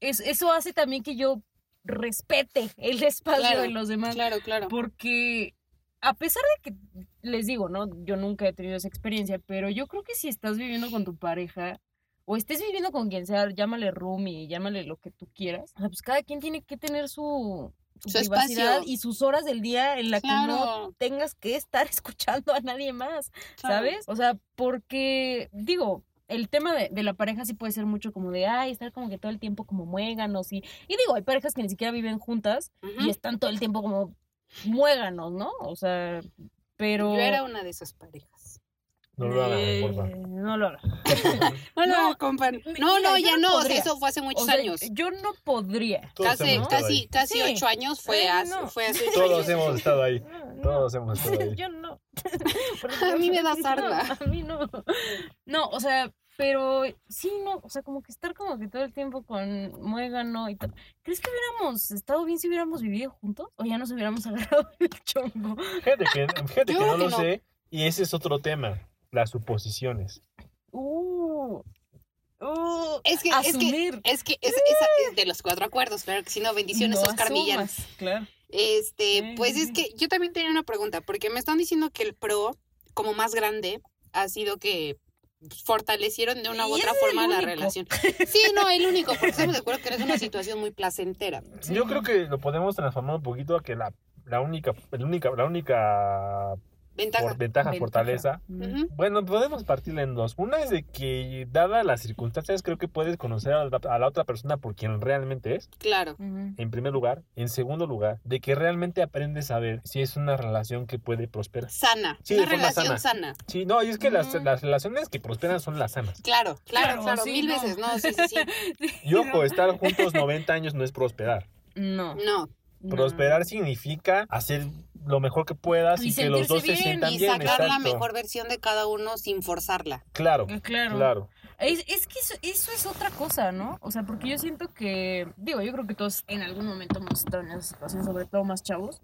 Speaker 1: es, eso hace también que yo respete el <laughs> espacio
Speaker 3: Claro,
Speaker 1: de los demás.
Speaker 3: Claro, claro.
Speaker 1: Porque a pesar de que, les digo, ¿no? Yo nunca he tenido esa experiencia, pero yo creo que si estás viviendo con tu pareja o estés viviendo con quien sea, llámale roomie, llámale lo que tú quieras, o sea, pues cada quien tiene que tener su, su
Speaker 3: Su
Speaker 1: privacidad
Speaker 3: espacio.
Speaker 1: y sus horas del día en la que no
Speaker 3: Claro.
Speaker 1: tengas que estar <laughs> escuchando a nadie más. ¿sabes? O sea, porque, digo, el tema de, de la pareja sí puede ser mucho como de, ay, estar como que todo el tiempo como muéganos y, y digo, hay parejas que ni siquiera viven juntas
Speaker 3: Ujú.
Speaker 1: y están todo el tiempo como muéganos, ¿no? O sea, pero...
Speaker 3: Yo era una de esas parejas.
Speaker 4: No lo hagan,
Speaker 1: Eh,
Speaker 4: por favor.
Speaker 1: no lo hagan.
Speaker 3: No, no,
Speaker 1: No,
Speaker 3: compa. No,
Speaker 1: mira,
Speaker 3: no,
Speaker 1: yo
Speaker 3: ya
Speaker 1: no
Speaker 3: no, o sea,
Speaker 1: podría.
Speaker 3: eso fue hace muchos
Speaker 1: O sea,
Speaker 3: años.
Speaker 1: Yo no podría.
Speaker 4: Todos
Speaker 3: casi,
Speaker 4: hemos estado
Speaker 3: casi,
Speaker 4: ahí.
Speaker 3: casi
Speaker 1: Sí.
Speaker 3: ocho años fue,
Speaker 1: Ay,
Speaker 3: hace,
Speaker 1: no.
Speaker 3: fue hace ocho años.
Speaker 4: Todos hemos estado ahí.
Speaker 1: No, no. <laughs>
Speaker 4: Todos hemos estado ahí.
Speaker 1: Yo no.
Speaker 3: A mí me da
Speaker 1: No,
Speaker 3: sarna.
Speaker 1: a mí no. No, o sea, pero sí, no, o sea, como que estar como que todo el tiempo con muégano y tal. ¿Crees que hubiéramos estado bien si hubiéramos vivido juntos? ¿O ya nos hubiéramos <laughs> agarrado el chongo?
Speaker 4: Fíjate
Speaker 3: <laughs>
Speaker 4: que, fíjate
Speaker 3: Yo
Speaker 4: que
Speaker 3: creo
Speaker 4: no
Speaker 3: que
Speaker 4: lo
Speaker 3: no.
Speaker 4: sé. Y ese es otro tema, las suposiciones.
Speaker 1: Uh, uh,
Speaker 3: Es que, es que,
Speaker 1: asumir.
Speaker 3: es que, es, esa- es de los cuatro acuerdos, claro que si no, bendiciones,
Speaker 1: ¡Ah! No
Speaker 3: Oscar Millán.
Speaker 1: asumas, Claro.
Speaker 3: Este,
Speaker 1: Sí,
Speaker 3: pues
Speaker 1: sí,
Speaker 3: es
Speaker 1: sí.
Speaker 3: que yo también tenía una pregunta, porque me están diciendo que el pro, como más grande, ha sido que fortalecieron de una u
Speaker 1: Y
Speaker 3: otra
Speaker 1: ese es el
Speaker 3: forma la
Speaker 1: único. <laughs>
Speaker 3: relación. Sí, no, el único, porque estamos de acuerdo que es una situación muy placentera.
Speaker 1: Sí,
Speaker 4: Yo
Speaker 1: no.
Speaker 4: creo que lo podemos transformar un poquito a que la, la única, el única, la única
Speaker 3: Ventaja.
Speaker 4: por- ventaja, fortaleza.
Speaker 1: Mm.
Speaker 3: Ujú.
Speaker 4: Bueno, podemos partirla en dos. Una es de que, dadas las circunstancias, creo que puedes conocer a la, a la otra persona por quien realmente es,
Speaker 3: Claro,
Speaker 1: Ujú.
Speaker 4: en primer lugar. En segundo lugar, de que realmente aprendes a ver si es una relación que puede prosperar.
Speaker 3: sana,
Speaker 4: Sí, de
Speaker 3: una
Speaker 4: forma
Speaker 3: relación sana.
Speaker 4: Sí, no, y es que las,
Speaker 1: Ujú.
Speaker 4: las relaciones que prosperan son las sanas.
Speaker 3: Claro, claro,
Speaker 1: Claro,
Speaker 3: claro,
Speaker 1: sí,
Speaker 3: mil
Speaker 1: no.
Speaker 3: veces, no, sí,
Speaker 1: <laughs>
Speaker 3: sí, sí.
Speaker 4: Y ojo,
Speaker 3: <laughs>
Speaker 4: estar juntos 90 años no es prosperar.
Speaker 1: No. no,
Speaker 3: No,
Speaker 1: no.
Speaker 4: Prosperar significa hacer lo mejor que puedas
Speaker 1: Y
Speaker 4: y, que los
Speaker 1: sentirse
Speaker 4: dos se
Speaker 1: bien,
Speaker 4: sientan
Speaker 3: y
Speaker 4: bien.
Speaker 3: sacar la
Speaker 4: exacto.
Speaker 3: mejor versión de cada uno sin forzarla.
Speaker 4: Claro,
Speaker 1: Eh, Claro.
Speaker 4: claro.
Speaker 1: Es, es que eso, eso es otra cosa, ¿no? O sea, porque yo siento que, digo, yo creo que todos en algún momento hemos estado en esa situación, sobre todo más chavos,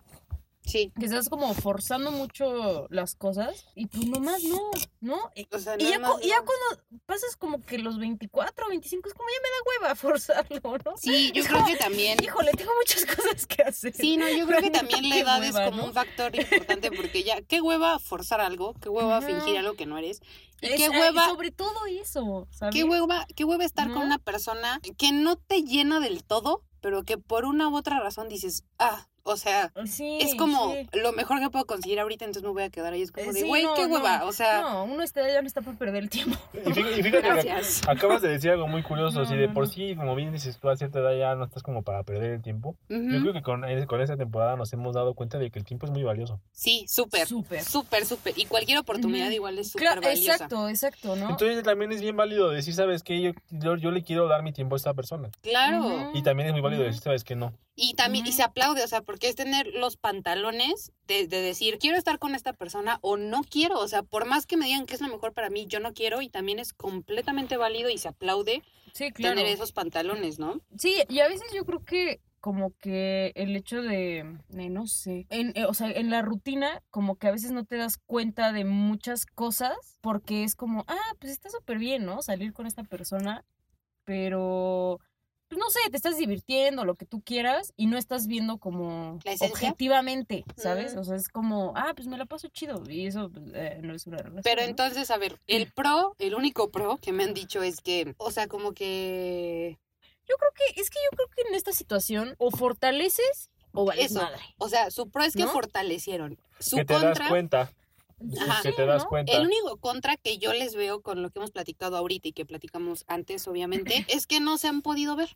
Speaker 3: Sí,
Speaker 1: que estás como forzando mucho las cosas y pues nomás no, ¿no? Y,
Speaker 3: o sea,
Speaker 1: y
Speaker 3: nada
Speaker 1: ya, cu-
Speaker 3: más
Speaker 1: y ya
Speaker 3: Pues no.
Speaker 1: cuando pasas como que los 24, 25, es como ya me da hueva <laughs> forzarlo, ¿no?
Speaker 3: Sí, yo creo que también.
Speaker 1: Híjole, tengo muchas <laughs> cosas que hacer.
Speaker 3: Sí, no,
Speaker 1: <laughs>
Speaker 3: yo creo que
Speaker 1: Neta,
Speaker 3: también la
Speaker 1: qué
Speaker 3: edad es
Speaker 1: hueva,
Speaker 3: como
Speaker 1: ¿no?
Speaker 3: un factor importante porque ya, qué hueva forzar algo, qué hueva
Speaker 1: Ajá.
Speaker 3: fingir algo que no eres, y
Speaker 1: Es-
Speaker 3: qué
Speaker 1: eh,
Speaker 3: hueva,
Speaker 1: Sobre todo eso, ¿sabes?
Speaker 3: qué hueva, qué hueva estar con
Speaker 1: Ujú.
Speaker 3: una persona que no te llena del todo, pero que por una u otra razón dices, ah, o sea,
Speaker 1: Sí,
Speaker 3: es como
Speaker 1: sí.
Speaker 3: lo mejor que puedo conseguir ahorita, entonces me voy a quedar ahí, es como
Speaker 1: Eh,
Speaker 3: de,
Speaker 1: sí,
Speaker 3: güey,
Speaker 1: no,
Speaker 3: qué
Speaker 1: no,
Speaker 3: hueva, o sea,
Speaker 1: No, uno está, ya no está para perder el tiempo.
Speaker 4: Y fí- y fíjate, que
Speaker 3: gracias.
Speaker 4: acabas de decir algo muy curioso.
Speaker 1: No,
Speaker 4: si de
Speaker 1: no,
Speaker 4: por
Speaker 1: no.
Speaker 4: sí, como bien dices tú, a cierta edad ya no estás como para perder el tiempo. Yo
Speaker 3: Ujú.
Speaker 4: creo que con, eh, con esta temporada nos hemos dado cuenta de que el tiempo es muy valioso.
Speaker 3: Sí, súper,
Speaker 1: Súper.
Speaker 3: súper, súper, y cualquier oportunidad
Speaker 1: Ujú.
Speaker 3: igual es súper
Speaker 1: Claro,
Speaker 3: valiosa.
Speaker 1: exacto, exacto, ¿no?
Speaker 4: Entonces también es bien válido decir, ¿sabes qué? Yo, yo, yo le quiero dar mi tiempo a esta persona.
Speaker 3: Claro.
Speaker 1: Ujú.
Speaker 4: Y también es muy válido
Speaker 1: Ujú.
Speaker 4: decir, ¿sabes qué? No.
Speaker 3: Y también, y
Speaker 1: Ujú.
Speaker 3: se aplaude, o sea, porque es tener los pantalones de, de decir, quiero estar con esta persona o no quiero, o sea, por más que me digan que es lo mejor para mí, yo no quiero y también es completamente válido y se aplaude
Speaker 1: Sí, claro.
Speaker 3: tener esos pantalones, ¿no?
Speaker 1: Sí, y a veces yo creo que como que el hecho de, de no sé, en, eh, o sea, en la rutina como que a veces no te das cuenta de muchas cosas porque es como, ah, pues está súper bien, ¿no? Salir con esta persona, pero, pues, no sé, te estás divirtiendo, lo que tú quieras, y no estás viendo como
Speaker 3: ¿La esencia?
Speaker 1: objetivamente, ¿sabes?
Speaker 3: Mm.
Speaker 1: O sea, es como, ah, pues me la paso chido, y eso pues, eh, no es una relación.
Speaker 3: Pero
Speaker 1: ¿no?
Speaker 3: entonces, a ver, el pro, el único pro que me han dicho es que, o sea, como que,
Speaker 1: Yo creo que, es que yo creo que en esta situación o fortaleces o vales
Speaker 3: Eso.
Speaker 1: madre.
Speaker 3: o sea, su pro es que
Speaker 1: ¿No?
Speaker 3: fortalecieron, su
Speaker 4: que te das
Speaker 3: contra,
Speaker 4: cuenta.
Speaker 3: Ajá.
Speaker 4: que
Speaker 1: Sí,
Speaker 4: te das
Speaker 1: ¿no?
Speaker 4: cuenta.
Speaker 3: El único contra que yo les veo con lo que hemos platicado ahorita y que platicamos antes, obviamente, es que no se han podido ver.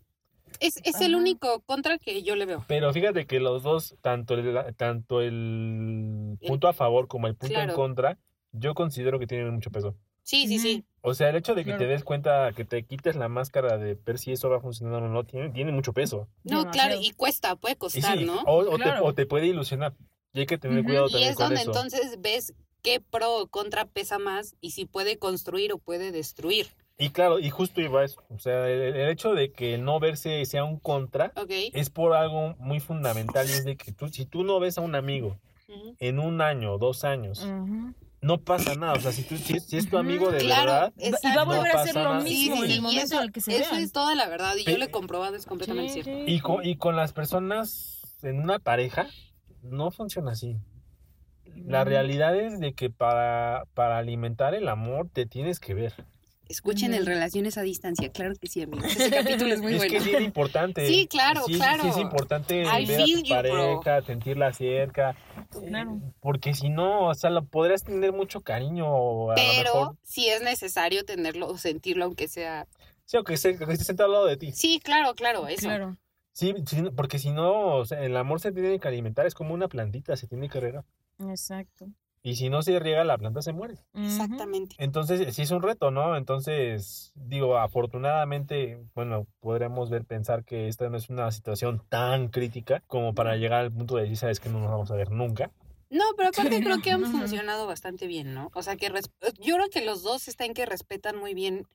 Speaker 3: Es, es el
Speaker 1: Ajá.
Speaker 3: único contra que yo le veo.
Speaker 4: Pero fíjate que los dos, tanto el, tanto el punto a favor como el punto
Speaker 3: Claro.
Speaker 4: en contra, yo considero que tienen mucho peso.
Speaker 3: Sí, sí, sí.
Speaker 4: O sea, el hecho de que te
Speaker 1: Claro.
Speaker 4: des cuenta, que te quites la máscara de ver si eso va a funcionar o no, tiene, tiene mucho peso.
Speaker 3: No, claro,
Speaker 1: Demasiado.
Speaker 3: y cuesta, puede
Speaker 4: Y
Speaker 3: costar,
Speaker 4: sí,
Speaker 3: ¿no?
Speaker 4: o, o
Speaker 1: Claro.
Speaker 4: te, o te puede ilusionar. Y hay que tener
Speaker 1: Ujú.
Speaker 4: cuidado
Speaker 3: Y
Speaker 4: también
Speaker 3: es
Speaker 4: con
Speaker 3: donde
Speaker 4: eso.
Speaker 3: entonces ves qué pro o contra pesa más y si puede construir o puede destruir,
Speaker 4: Y claro, y justo iba a eso. O sea, el, el hecho de que el no verse sea un contra
Speaker 3: ¿ok?
Speaker 4: es por algo muy fundamental. Y es de que tú, si tú no ves a un amigo
Speaker 3: Ujú.
Speaker 4: en un año, dos años,
Speaker 1: Ujú.
Speaker 4: no pasa nada. O sea, si, tú, si, es, si es tu amigo de
Speaker 3: Claro,
Speaker 4: verdad,
Speaker 1: Y va a
Speaker 3: exacto.
Speaker 1: volver a ser
Speaker 4: No
Speaker 1: lo
Speaker 4: pasa nada.
Speaker 1: mismo
Speaker 3: Sí,
Speaker 1: en
Speaker 3: sí,
Speaker 1: el
Speaker 3: y
Speaker 1: momento
Speaker 3: eso,
Speaker 1: en el que se
Speaker 3: eso
Speaker 1: vean.
Speaker 3: es toda la verdad y yo
Speaker 4: Pe-
Speaker 3: lo he comprobado, es completamente
Speaker 1: Sí,
Speaker 3: cierto.
Speaker 1: sí.
Speaker 4: Y con, y con las personas en una pareja no funciona así. La
Speaker 1: Mm.
Speaker 4: realidad es de que para, para alimentar el amor te tienes que ver.
Speaker 3: Escuchen el
Speaker 1: Ujú.
Speaker 3: Relaciones a Distancia, claro que sí, amigos. Ese capítulo es muy
Speaker 4: es
Speaker 3: bueno.
Speaker 4: que sí es importante.
Speaker 3: Sí, claro,
Speaker 4: Sí, sí,
Speaker 3: claro.
Speaker 4: sí es importante
Speaker 3: I
Speaker 4: ver a
Speaker 3: feel
Speaker 4: tu
Speaker 3: you, bro.
Speaker 4: pareja, sentirla cerca. eh,
Speaker 1: Claro.
Speaker 4: Porque si no, o sea, lo podrías tener mucho cariño. o A lo mejor,
Speaker 3: Pero sí es necesario tenerlo o sentirlo, aunque sea.
Speaker 4: sí, aunque, se- aunque esté sentado al lado de ti.
Speaker 3: Sí, claro, claro, eso.
Speaker 1: Claro.
Speaker 4: Sí, sí, porque si no, o sea, el amor se tiene que alimentar. Es como una plantita, se tiene que regar.
Speaker 1: Exacto.
Speaker 4: Y si no se riega, la planta se muere.
Speaker 1: Ujú.
Speaker 3: Exactamente.
Speaker 4: Entonces, eh, sí es un reto, ¿no? Entonces, digo, afortunadamente, bueno, podríamos ver, pensar que esta no es una situación tan crítica como para llegar al punto de decir, sabes que no nos vamos a ver nunca.
Speaker 3: No, pero aparte
Speaker 1: Sí,
Speaker 3: creo
Speaker 1: no, <laughs>
Speaker 3: que han
Speaker 1: no, no.
Speaker 3: funcionado bastante bien, ¿no? O sea, que res- yo creo que los dos están que respetan muy bien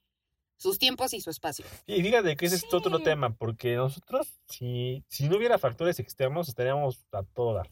Speaker 3: sus tiempos y su espacio.
Speaker 4: Y fíjate que ese es otro
Speaker 1: Sí.
Speaker 4: tema, porque nosotros, si, si no hubiera factores externos, estaríamos a todo dar.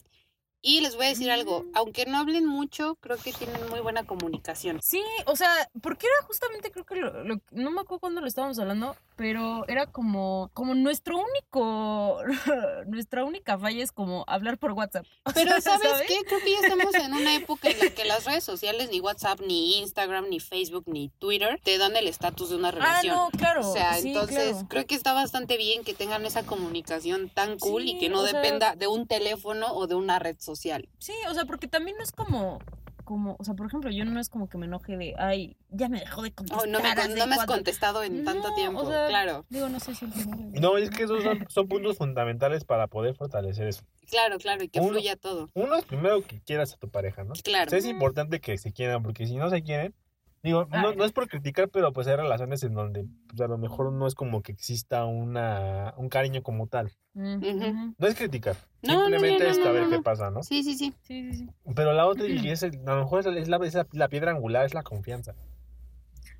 Speaker 3: Y les voy a decir algo,
Speaker 1: Mm.
Speaker 3: aunque no hablen mucho, creo que tienen muy buena comunicación.
Speaker 1: Sí, o sea, porque era justamente, creo que lo, lo- no me acuerdo cuándo lo estábamos hablando, pero era como, como nuestro único, <laughs> nuestra única falla es como hablar por WhatsApp. O
Speaker 3: Pero
Speaker 1: sea,
Speaker 3: ¿sabes, qué? Creo que ya estamos en
Speaker 1: <laughs>
Speaker 3: una época en la que las redes sociales, ni WhatsApp, ni Instagram, ni Facebook, ni Twitter, te dan el estatus de una
Speaker 1: Ah,
Speaker 3: relación.
Speaker 1: no, claro.
Speaker 3: O sea,
Speaker 1: sí,
Speaker 3: entonces
Speaker 1: claro.
Speaker 3: creo que está bastante bien que tengan esa comunicación tan cool y
Speaker 1: Sí,
Speaker 3: que no
Speaker 1: o sea-
Speaker 3: dependa de un teléfono o de una red social.
Speaker 1: Sí, o sea, porque también no es como, como, o sea, por ejemplo, yo no es como que me enoje de, ay, ya me dejó Pues de
Speaker 3: Oh,
Speaker 1: contestar.
Speaker 3: no, me, con-
Speaker 1: hace
Speaker 3: no me has
Speaker 1: cuatro".
Speaker 3: contestado en tanto
Speaker 1: No,
Speaker 3: tiempo,
Speaker 1: o sea,
Speaker 3: claro.
Speaker 1: Digo, no sé si el primero.
Speaker 4: No, es que esos son, son puntos fundamentales para poder fortalecer eso.
Speaker 3: Claro, claro, y que
Speaker 4: Uno-
Speaker 3: fluya todo.
Speaker 4: Uno es primero que quieras a tu pareja, ¿no? O
Speaker 3: Claro.
Speaker 4: sea, es importante que se quieran, porque si no se quieren, digo, no,
Speaker 1: Ay.
Speaker 4: no es por criticar, pero pues hay relaciones en donde pues, a lo mejor no es como que exista una, un cariño como tal.
Speaker 1: Mm,
Speaker 3: Ujú.
Speaker 1: ujú.
Speaker 4: No es criticar,
Speaker 3: No, no, no,
Speaker 4: simplemente
Speaker 3: no,
Speaker 4: es
Speaker 3: no,
Speaker 4: saber
Speaker 3: no,
Speaker 4: qué
Speaker 3: no.
Speaker 4: pasa, ¿no?
Speaker 3: Sí, sí, sí.
Speaker 1: Sí, sí, sí.
Speaker 4: Pero la otra,
Speaker 3: <clears throat>
Speaker 4: y es el- a lo mejor es, la, es, la, es la- la piedra angular, es la confianza.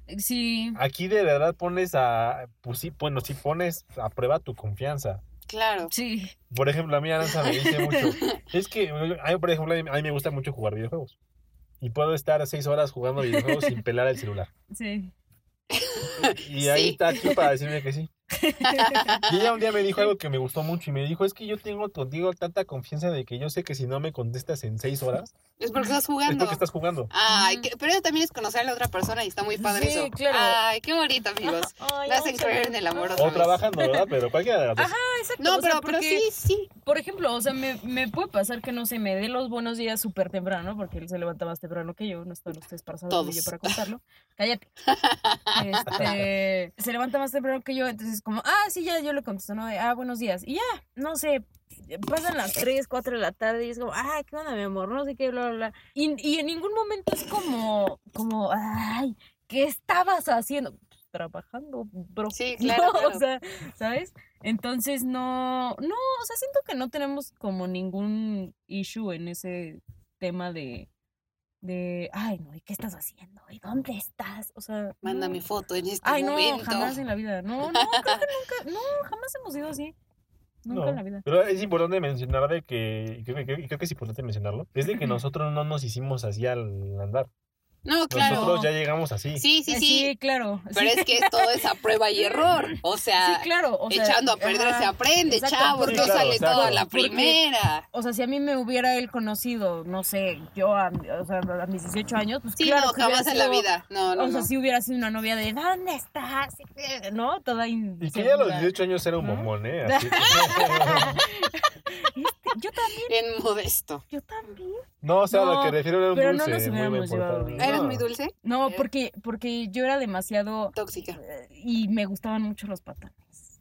Speaker 1: Eh, Sí,
Speaker 4: Aquí de verdad pones a, pues sí, bueno, sí pones a prueba tu confianza.
Speaker 3: Claro.
Speaker 1: sí.
Speaker 4: Por ejemplo, a mí Aranza me dice mucho,
Speaker 3: <laughs>
Speaker 4: es que, a mí, por ejemplo, a mí- a mí me gusta mucho jugar videojuegos. Y puedo estar seis horas jugando videojuegos sin pelar el celular.
Speaker 1: Sí.
Speaker 4: Y ahí
Speaker 3: Sí.
Speaker 4: está aquí para decirme que sí.
Speaker 1: <laughs>
Speaker 4: Y ella un día me dijo algo que me gustó mucho y me dijo, es que yo tengo contigo tanta confianza de que yo sé que si no me contestas en seis horas,
Speaker 3: Es porque estás
Speaker 4: es
Speaker 3: jugando.
Speaker 4: porque estás jugando.
Speaker 3: Ay,
Speaker 1: Ujú.
Speaker 3: que- pero eso también es conocer a la otra persona y está muy padre
Speaker 1: Sí,
Speaker 3: eso.
Speaker 1: claro.
Speaker 3: Ay, qué bonito,
Speaker 1: <laughs>
Speaker 3: amigos.
Speaker 1: Ay,
Speaker 3: Me hacen
Speaker 1: vamos a
Speaker 3: creer
Speaker 1: ver.
Speaker 3: en el amor otra
Speaker 4: O
Speaker 3: vez.
Speaker 4: trabajando, ¿verdad? Pero cualquiera de las dos.
Speaker 1: Ah, exacto.
Speaker 3: No,
Speaker 1: o sea,
Speaker 3: pero, pero
Speaker 1: porque,
Speaker 3: sí, sí.
Speaker 1: Por ejemplo, o sea, me, me puede pasar que no se me dé los buenos días súper temprano, porque él se levanta más temprano que yo, no están ustedes para saberlo ni yo
Speaker 3: Todos.
Speaker 1: para contarlo.
Speaker 3: <laughs>
Speaker 1: Cállate. Este, se levanta más temprano que yo, entonces es como, ah, sí, ya, yo le contesto, ¿no? De, ah, buenos días. Y ya, no sé, pasan las 3, 4 de la tarde y es como, ah, ¿qué onda, mi amor? No sé qué, bla, bla, bla. Y, y en ningún momento es como, como, ay, ¿qué estabas haciendo? Pues, Trabajando, bro.
Speaker 3: Sí, claro,
Speaker 1: <laughs> No,
Speaker 3: claro.
Speaker 1: O sea, ¿sabes? Entonces no, no, o sea, siento que no tenemos como ningún issue en ese tema de, de, ay, no, ¿y qué estás haciendo? ¿Y dónde estás? O sea, no.
Speaker 3: Mándame foto en este
Speaker 1: Ay, no,
Speaker 3: momento.
Speaker 1: jamás en la vida. No, no, creo que
Speaker 3: <laughs>
Speaker 1: nunca, no, jamás hemos ido así. Nunca
Speaker 4: No.
Speaker 1: en la vida.
Speaker 4: Pero es importante mencionar de que, y creo, que- y creo que es importante mencionarlo, es de que nosotros no nos hicimos así al andar.
Speaker 3: No, claro.
Speaker 4: Nosotros ya llegamos así.
Speaker 3: Sí, sí,
Speaker 1: Eh,
Speaker 3: sí.
Speaker 1: claro.
Speaker 3: Pero
Speaker 1: sí,
Speaker 3: es que todo es a prueba y error. O
Speaker 1: sí,
Speaker 3: sea,
Speaker 1: claro. o sea,
Speaker 3: echando a perder
Speaker 1: ajá.
Speaker 3: se aprende,
Speaker 1: Exacto,
Speaker 3: chavos.
Speaker 1: porque-
Speaker 3: No
Speaker 4: Sí, claro,
Speaker 3: sale todo a
Speaker 4: exacto.
Speaker 3: la
Speaker 1: Porque-
Speaker 3: primera.
Speaker 1: O sea, si a mí me hubiera él conocido, no sé, yo a, o sea, a mis 18 años, pues
Speaker 3: Sí,
Speaker 1: claro
Speaker 3: no,
Speaker 1: que hubiera
Speaker 3: jamás en la
Speaker 1: sido-
Speaker 3: vida. No, no,
Speaker 1: o sea,
Speaker 3: no.
Speaker 1: si hubiera sido una novia de ¿dónde estás? ¿No? Toda in-
Speaker 4: Y que ya a los
Speaker 1: segura.
Speaker 4: ¿eh?
Speaker 1: <laughs>
Speaker 4: 18 años era un
Speaker 1: ¿No?
Speaker 4: bombón, ¿eh? Así que-
Speaker 1: Yo Yo también.
Speaker 3: en modesto.
Speaker 1: Yo también.
Speaker 4: <laughs> No, o sea,
Speaker 1: No,
Speaker 4: lo que refiero era un
Speaker 1: pero no
Speaker 4: dulce.
Speaker 1: nos
Speaker 4: muy bien
Speaker 1: hubiéramos llevado
Speaker 4: portado.
Speaker 1: bien.
Speaker 4: No.
Speaker 3: ¿Eres muy dulce?
Speaker 1: No,
Speaker 3: Eh.
Speaker 1: porque, porque yo era demasiado.
Speaker 3: Tóxica.
Speaker 1: eh, Y me gustaban mucho los patanes.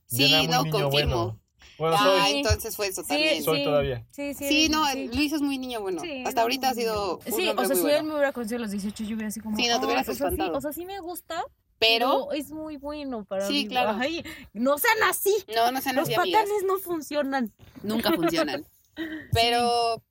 Speaker 4: Yo
Speaker 3: Sí,
Speaker 4: era muy
Speaker 3: no,
Speaker 4: niño
Speaker 3: confirmo.
Speaker 4: Bueno, Bueno,
Speaker 3: Ah,
Speaker 1: soy-
Speaker 3: entonces fue eso también.
Speaker 4: soy todavía.
Speaker 1: Sí, sí.
Speaker 3: Sí, no,
Speaker 1: sí.
Speaker 3: Luis es muy niño bueno.
Speaker 1: Sí,
Speaker 3: Hasta
Speaker 1: no,
Speaker 3: ahorita ha sido
Speaker 1: Sí,
Speaker 3: un hombre
Speaker 1: o sea,
Speaker 3: muy
Speaker 1: si
Speaker 3: bueno.
Speaker 1: él me hubiera conocido a los 18, yo hubiera así como.
Speaker 3: Sí, no, te
Speaker 1: "Ah,
Speaker 3: hubieras
Speaker 1: o sea, sí,
Speaker 3: espantado.
Speaker 1: O sea, sí me gusta,
Speaker 3: Pero,
Speaker 1: pero es muy bueno para
Speaker 3: Sí,
Speaker 1: mí.
Speaker 3: claro.
Speaker 1: Ay, no sean así.
Speaker 3: no, no sean
Speaker 1: Los
Speaker 3: así amigas.
Speaker 1: patanes no funcionan.
Speaker 3: Nunca funcionan.
Speaker 1: <laughs>
Speaker 3: Pero,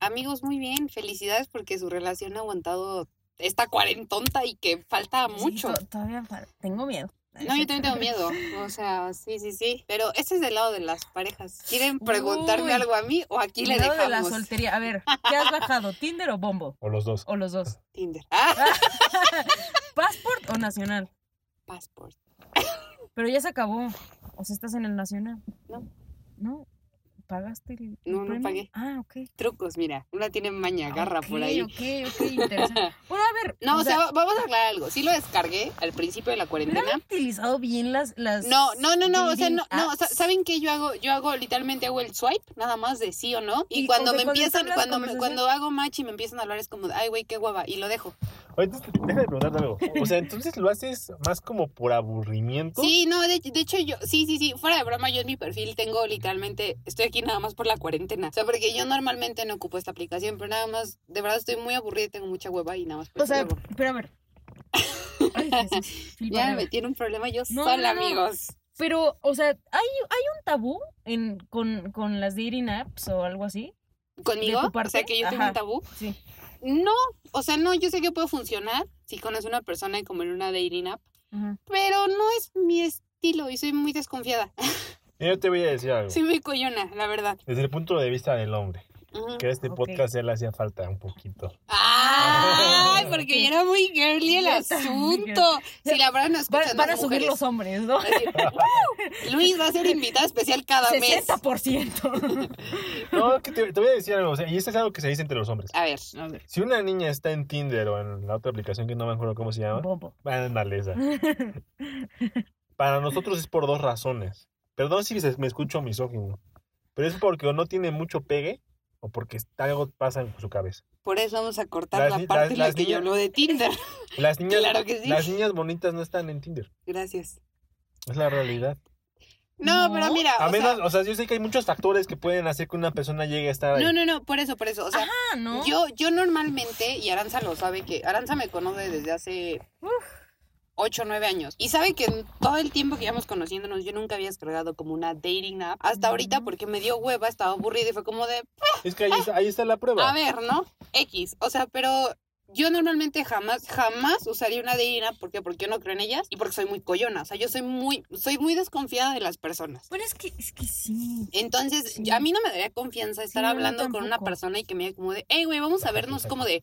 Speaker 3: amigos, muy bien. Felicidades porque su relación ha aguantado esta cuarentonta y que falta mucho.
Speaker 1: Sí, to- todavía fal- tengo miedo.
Speaker 3: No, yo también tengo miedo. O sea, sí, sí, sí. Pero este es del lado de las parejas. ¿Quieren preguntarme
Speaker 1: Uy.
Speaker 3: algo a mí o aquí le
Speaker 1: Cuidado de la
Speaker 3: dejamos
Speaker 1: soltería. A ver, ¿qué has bajado? ¿Tinder o Bombo?
Speaker 4: O los dos.
Speaker 1: O los
Speaker 3: <laughs>
Speaker 1: dos.
Speaker 3: Tinder? Ah,
Speaker 1: ¿Passport o Nacional?
Speaker 3: passport.
Speaker 1: Pero ya se acabó. O sea, estás en el Nacional.
Speaker 3: No.
Speaker 1: ¿No? ¿Pagaste el
Speaker 3: No, no
Speaker 1: premio?
Speaker 3: pagué.
Speaker 1: Ah, ok.
Speaker 3: Trucos, mira. Una tiene maña, agarra por
Speaker 1: Ok,
Speaker 3: ahí.
Speaker 1: Ok, ok, interesante.
Speaker 3: <laughs>
Speaker 1: Bueno, a ver.
Speaker 3: No, o sea, va- vamos a aclarar algo. Sí lo descargué al principio de la cuarentena.
Speaker 1: ¿Hubieran utilizado bien las, las. Ah,
Speaker 3: No, no, no, no, o sea,
Speaker 1: dating
Speaker 3: no, no,
Speaker 1: apps?
Speaker 3: sa- ¿saben qué yo hago? Yo hago, literalmente hago el swipe, nada más de sí o no, y,
Speaker 1: Y-
Speaker 3: cuando
Speaker 1: o sea,
Speaker 3: me
Speaker 1: cuando
Speaker 3: empiezan,
Speaker 1: entablas
Speaker 3: cuando, me,
Speaker 1: conversación.
Speaker 3: cuando hago match y me empiezan a hablar es como, ay, güey, qué guava, y lo dejo.
Speaker 4: Oye, entonces, déjame preguntarte algo. O sea, entonces lo haces más como por aburrimiento.
Speaker 3: Sí, no, de, de hecho yo, sí, sí, sí, fuera de broma, yo en mi perfil tengo literalmente, estoy aquí nada más por la cuarentena, o sea, porque yo normalmente no ocupo esta aplicación, pero nada más, de verdad estoy muy aburrida y tengo mucha hueva y nada más. por
Speaker 1: O sea,
Speaker 3: eso lo hago.
Speaker 1: pero a ver.
Speaker 3: <laughs>
Speaker 1: Ay, Jesús, Filipa,
Speaker 3: ya
Speaker 1: a
Speaker 3: me
Speaker 1: ver.
Speaker 3: metí en un problema yo
Speaker 1: No,
Speaker 3: sola,
Speaker 1: no, no.
Speaker 3: amigos.
Speaker 1: Pero, o sea, ¿hay, hay un tabú en, con, con las dating apps o algo así?
Speaker 3: ¿Conmigo?
Speaker 1: tu
Speaker 3: O sea,
Speaker 1: parte?
Speaker 3: que yo tengo
Speaker 1: Ajá.
Speaker 3: un tabú.
Speaker 1: Sí.
Speaker 3: No, o sea, no, yo sé que puedo funcionar si conoces a una persona como en una dating app,
Speaker 1: Ajá.
Speaker 3: pero no es mi estilo y soy muy desconfiada. <laughs>
Speaker 4: Mira, Yo te voy a decir algo.
Speaker 3: Soy muy coyona, la verdad.
Speaker 4: Desde el punto de vista del hombre,
Speaker 3: Ujú.
Speaker 4: que a este
Speaker 1: Ok.
Speaker 4: podcast ya le hacía falta un poquito.
Speaker 3: Ay, Ah, porque yo era muy girly el
Speaker 1: Neta, muy girly. <laughs>
Speaker 3: asunto. Si la verdad no
Speaker 1: Van,
Speaker 3: escuchan
Speaker 1: van a
Speaker 3: las
Speaker 1: subir
Speaker 3: mujeres.
Speaker 1: los hombres,
Speaker 3: <laughs>
Speaker 1: ¿no?
Speaker 3: Así, ¡wow! Luis va a ser invitada especial cada mes.
Speaker 1: 60%.
Speaker 4: No, que te, te voy a decir algo, o sea, y esto es algo que se dice entre los hombres.
Speaker 3: A ver, a ver.
Speaker 4: Si una niña está en Tinder o en la otra aplicación que no me acuerdo cómo se llama,
Speaker 1: Bombo.
Speaker 4: ándale esa. Para nosotros es por dos razones. Perdón si se- me escucho misógino, pero es porque o no tiene mucho pegue o porque está- algo pasa en su cabeza.
Speaker 3: Por eso vamos a cortar
Speaker 4: Las
Speaker 3: la
Speaker 4: ni-
Speaker 3: parte
Speaker 4: las-
Speaker 3: en la
Speaker 4: las
Speaker 3: que yo
Speaker 4: niñas-
Speaker 3: hablo de Tinder.
Speaker 4: Las niñas,
Speaker 3: Claro que sí.
Speaker 4: las niñas bonitas no están en Tinder,
Speaker 3: Gracias.
Speaker 4: es la realidad.
Speaker 3: No,
Speaker 1: No.
Speaker 3: pero mira,
Speaker 4: A
Speaker 3: Ah, o
Speaker 4: menos,
Speaker 3: sea,
Speaker 4: o sea, yo sé que hay muchos factores que pueden hacer que una persona llegue a estar ahí.
Speaker 3: no, no, no, por eso, por eso, o sea,
Speaker 1: Ah, ¿no?
Speaker 3: Yo, yo normalmente, y Aranza lo sabe que Aranza me conoce desde hace 8 o 9 años. Y sabe que en todo el tiempo que llevamos conociéndonos, yo nunca había descargado como una dating app. Hasta ahorita, porque me dio hueva, estaba aburrida y fue como de,
Speaker 4: Es que ahí está, ahí está la prueba.
Speaker 3: a ver, ¿no? X. O sea, pero yo normalmente jamás, jamás usaría una dating app. ¿Por qué? Porque yo no creo en ellas y porque soy muy coyona. O sea, yo soy muy, soy muy desconfiada de las personas.
Speaker 1: Pero es que, es que sí.
Speaker 3: Entonces,
Speaker 1: Sí.
Speaker 3: a mí no me daría confianza estar
Speaker 1: no, a mí
Speaker 3: hablando con una
Speaker 1: tampoco.
Speaker 3: persona y que me diga como de, hey, güey, vamos a vernos como de,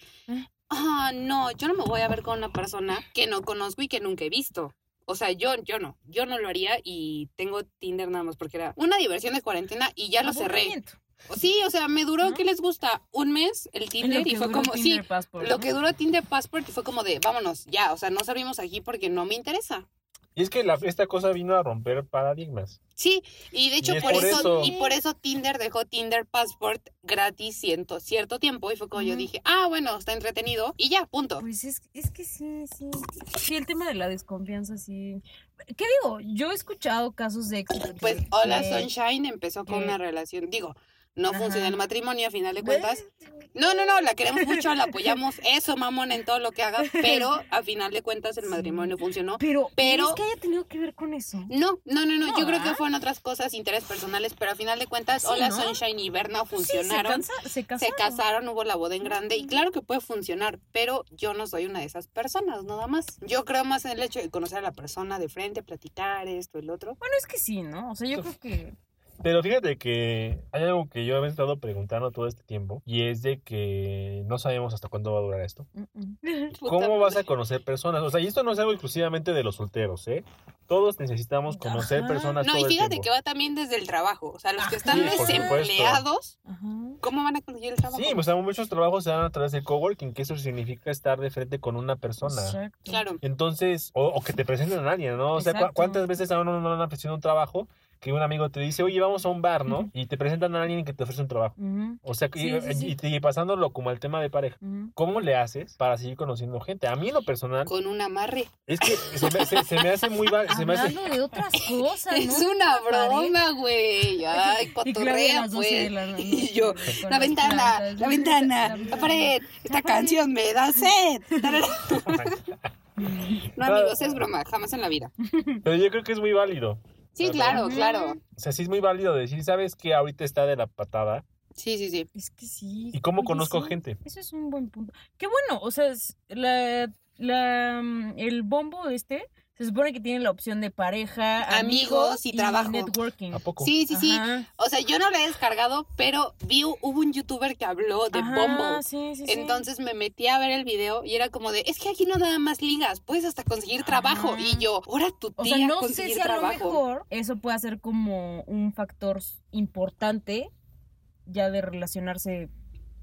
Speaker 3: ah, no, yo no me voy a ver con una persona que no conozco y que nunca he visto. O sea, yo, yo no, yo no lo haría y tengo Tinder nada más porque era una diversión de cuarentena y ya lo cerré.
Speaker 1: Aburrimiento.
Speaker 3: Sí, o sea, me duró,
Speaker 1: ¿No?
Speaker 3: ¿qué les gusta? Un mes el Tinder
Speaker 1: Lo
Speaker 3: y
Speaker 1: que
Speaker 3: fue
Speaker 1: duró
Speaker 3: como, sí,
Speaker 1: Tinder Passport,
Speaker 3: lo
Speaker 1: ¿no?
Speaker 3: que duró Tinder Passport y fue como de, vámonos, ya, o sea, no servimos aquí porque no me interesa.
Speaker 4: Y es que la- esta cosa vino a romper paradigmas.
Speaker 3: Sí, y de hecho
Speaker 4: Y es
Speaker 3: por,
Speaker 4: por
Speaker 3: eso,
Speaker 4: eso.
Speaker 3: y por eso Tinder dejó Tinder Passport gratis ciento, cierto tiempo y fue como yo
Speaker 1: Ujú.
Speaker 3: dije, ah, bueno, está entretenido y ya, punto.
Speaker 1: Pues es, es que sí, sí. Sí, el tema de la desconfianza, sí. ¿Qué digo? Yo he escuchado casos de éxito. que-
Speaker 3: Pues hola
Speaker 1: que-
Speaker 3: Sunshine empezó con
Speaker 1: que-
Speaker 3: una relación, digo, no
Speaker 1: Ajá.
Speaker 3: funciona el matrimonio a final de cuentas. No, no, no, la queremos mucho, la apoyamos, eso mamón en todo lo que haga,
Speaker 1: <laughs>
Speaker 3: pero a final de cuentas el
Speaker 1: Sí.
Speaker 3: matrimonio funcionó.
Speaker 1: Pero,
Speaker 3: Pero-
Speaker 1: pero es que haya tenido que ver con eso.
Speaker 3: No, no, no, no,
Speaker 1: No,
Speaker 3: yo creo que
Speaker 1: ¿verdad?
Speaker 3: fueron otras cosas, intereses personales, pero a final de cuentas,
Speaker 1: Sí,
Speaker 3: hola
Speaker 1: ¿no?
Speaker 3: Sunshine y Berna
Speaker 1: Sí, se,
Speaker 3: funcionaron.
Speaker 1: cansa- se
Speaker 3: se
Speaker 1: casaron.
Speaker 3: casaron, hubo la boda en grande y claro que puede funcionar, pero yo no soy una de esas personas, nada más. Yo creo más en el hecho de conocer a la persona de frente, platicar esto, el otro.
Speaker 1: Bueno, es que sí, ¿no? O sea, yo creo que.
Speaker 4: Pero fíjate que hay algo que yo he estado preguntando todo este tiempo y es de que no sabemos hasta cuándo va a durar esto.
Speaker 1: Mm, mm.
Speaker 3: Puta
Speaker 4: ¿Cómo vas a
Speaker 3: madre.
Speaker 4: conocer personas? O sea, y esto no es algo exclusivamente de los solteros, ¿eh? Todos necesitamos conocer
Speaker 1: Ajá.
Speaker 4: personas
Speaker 3: No,
Speaker 4: todo
Speaker 3: y
Speaker 4: el
Speaker 3: fíjate
Speaker 4: tiempo.
Speaker 3: que va también desde el trabajo, o sea, los que
Speaker 1: Ajá.
Speaker 3: están
Speaker 1: Sí, por supuesto.
Speaker 3: desempleados,
Speaker 1: Ajá.
Speaker 3: ¿cómo van a conseguir el trabajo?
Speaker 4: Sí, o sea, muchos trabajos se dan a través del coworking, que eso significa estar de frente con una persona.
Speaker 1: Exacto.
Speaker 3: Claro.
Speaker 4: Entonces, o, o que te presenten a alguien, ¿no? O sea, ¿cu-
Speaker 1: Exacto.
Speaker 4: ¿cuántas veces a uno no le han ofrecido un trabajo que un amigo te dice, oye, vamos a un bar, ¿no? Y te presentan a alguien que te ofrece un trabajo.
Speaker 1: Ujú,
Speaker 4: O sea, que,
Speaker 1: Sí, sí,
Speaker 4: y-
Speaker 1: sí.
Speaker 4: y te- y pasándolo como al tema de pareja.
Speaker 1: ujú.
Speaker 4: ¿Cómo le haces para seguir conociendo gente? A mí en lo personal
Speaker 3: Con un
Speaker 1: <laughs>
Speaker 3: amarre.
Speaker 4: es que se me, se- se me hace muy va- se me hace,
Speaker 1: Hablando
Speaker 3: <laughs>
Speaker 1: de otras cosas, ¿no?
Speaker 3: Es una
Speaker 1: Pared.
Speaker 3: broma, güey. Ay,
Speaker 1: Y Claudia a
Speaker 3: cotorrea,
Speaker 1: las 12 de
Speaker 3: pues.
Speaker 1: la noche
Speaker 3: <laughs> Y yo,
Speaker 1: con
Speaker 3: La
Speaker 1: las
Speaker 3: ventana,
Speaker 1: plantas.
Speaker 3: la ventana, la pared. Esta canción me da sed.
Speaker 4: <laughs>
Speaker 3: No, amigos, es broma. Jamás en la vida.
Speaker 4: Pero yo creo que es muy válido.
Speaker 3: Sí, claro,
Speaker 1: Ujú.
Speaker 3: claro.
Speaker 4: O sea, sí es muy válido decir, ¿sabes qué? Ahorita está de la patada.
Speaker 3: Sí, sí, sí.
Speaker 1: Es que sí.
Speaker 4: ¿Y cómo
Speaker 1: oye,
Speaker 4: conozco
Speaker 1: sí,
Speaker 4: gente?
Speaker 1: Eso es un buen punto. Qué bueno, o sea, es- la, la, mm, el bombo este se supone que tiene la opción de pareja,
Speaker 3: Amigos
Speaker 1: amigos,
Speaker 3: y trabajo.
Speaker 1: networking.
Speaker 4: ¿A poco?
Speaker 3: Sí, sí, sí.
Speaker 1: Ajá,
Speaker 3: O sea, yo no la he descargado, pero vi, hubo un youtuber que habló de
Speaker 1: ajá,
Speaker 3: Bombo.
Speaker 1: sí, sí, sí.
Speaker 3: Entonces me metí a ver el video y era como de, es que aquí no nada más ligas, puedes hasta conseguir trabajo.
Speaker 1: Ajá.
Speaker 3: Y yo, ahora tu
Speaker 1: O
Speaker 3: tía
Speaker 1: sea, no sé
Speaker 3: conseguir
Speaker 1: si a lo
Speaker 3: trabajo.
Speaker 1: mejor eso puede ser como un factor s- importante ya de relacionarse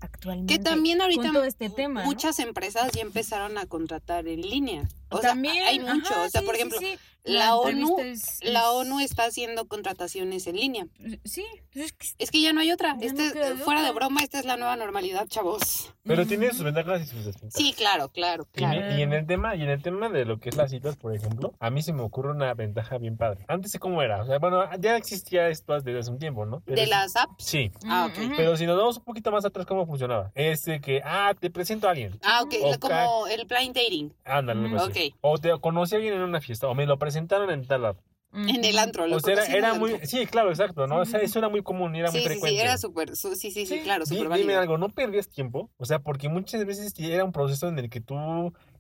Speaker 1: actualmente.
Speaker 3: Que también ahorita
Speaker 1: con todo este tema, ¿no?
Speaker 3: muchas empresas ya empezaron a contratar en línea. O
Speaker 1: También,
Speaker 3: sea, hay mucho.
Speaker 1: ajá,
Speaker 3: o sea,
Speaker 1: sí,
Speaker 3: por
Speaker 1: sí,
Speaker 3: ejemplo,
Speaker 1: sí.
Speaker 3: la ONU,
Speaker 1: entrevista es-
Speaker 3: la
Speaker 1: es-
Speaker 3: ONU está haciendo contrataciones en línea.
Speaker 1: Sí, pues es que
Speaker 3: Es que ya no hay otra.
Speaker 1: Ya no
Speaker 3: Este-
Speaker 1: queda de
Speaker 3: fuera de
Speaker 1: otra.
Speaker 3: broma, esta es la nueva normalidad, chavos.
Speaker 4: Pero
Speaker 1: Ujú.
Speaker 4: tiene sus ventajas y sus desventajas.
Speaker 3: Sí, claro, claro,
Speaker 4: Y,
Speaker 3: claro.
Speaker 4: me- y en el tema, y en el tema de lo que es las citas, por ejemplo, a mí se me ocurre una ventaja bien padre. Antes de cómo era, o sea, bueno, ya existía esto desde hace un tiempo, ¿no? Pero
Speaker 3: De
Speaker 4: sí-
Speaker 3: las apps.
Speaker 4: Sí,
Speaker 3: Ah, ok.
Speaker 1: Ujú.
Speaker 4: pero si nos vamos un poquito más atrás, ¿cómo funcionaba? Este que, ah, te presento a alguien.
Speaker 3: Ah, ok,
Speaker 4: Ok.
Speaker 3: como el blind dating.
Speaker 4: Ándale, algo
Speaker 1: Ujú.
Speaker 4: así. O te conocí a alguien en una fiesta, o me lo presentaron en tal lado.
Speaker 1: Ujú.
Speaker 3: En el antro. lo
Speaker 4: O sea, era,
Speaker 3: conocí en
Speaker 4: era
Speaker 3: el antro.
Speaker 4: muy, sí, claro, exacto, ¿no? O sea, eso era muy común, era muy
Speaker 3: sí, sí,
Speaker 4: frecuente.
Speaker 3: sí, era súper, su- sí, sí, sí, claro,
Speaker 4: Di-
Speaker 3: súper
Speaker 4: Dime
Speaker 3: válido.
Speaker 4: algo, ¿no perdías tiempo? O sea, porque muchas veces era un proceso en el que tú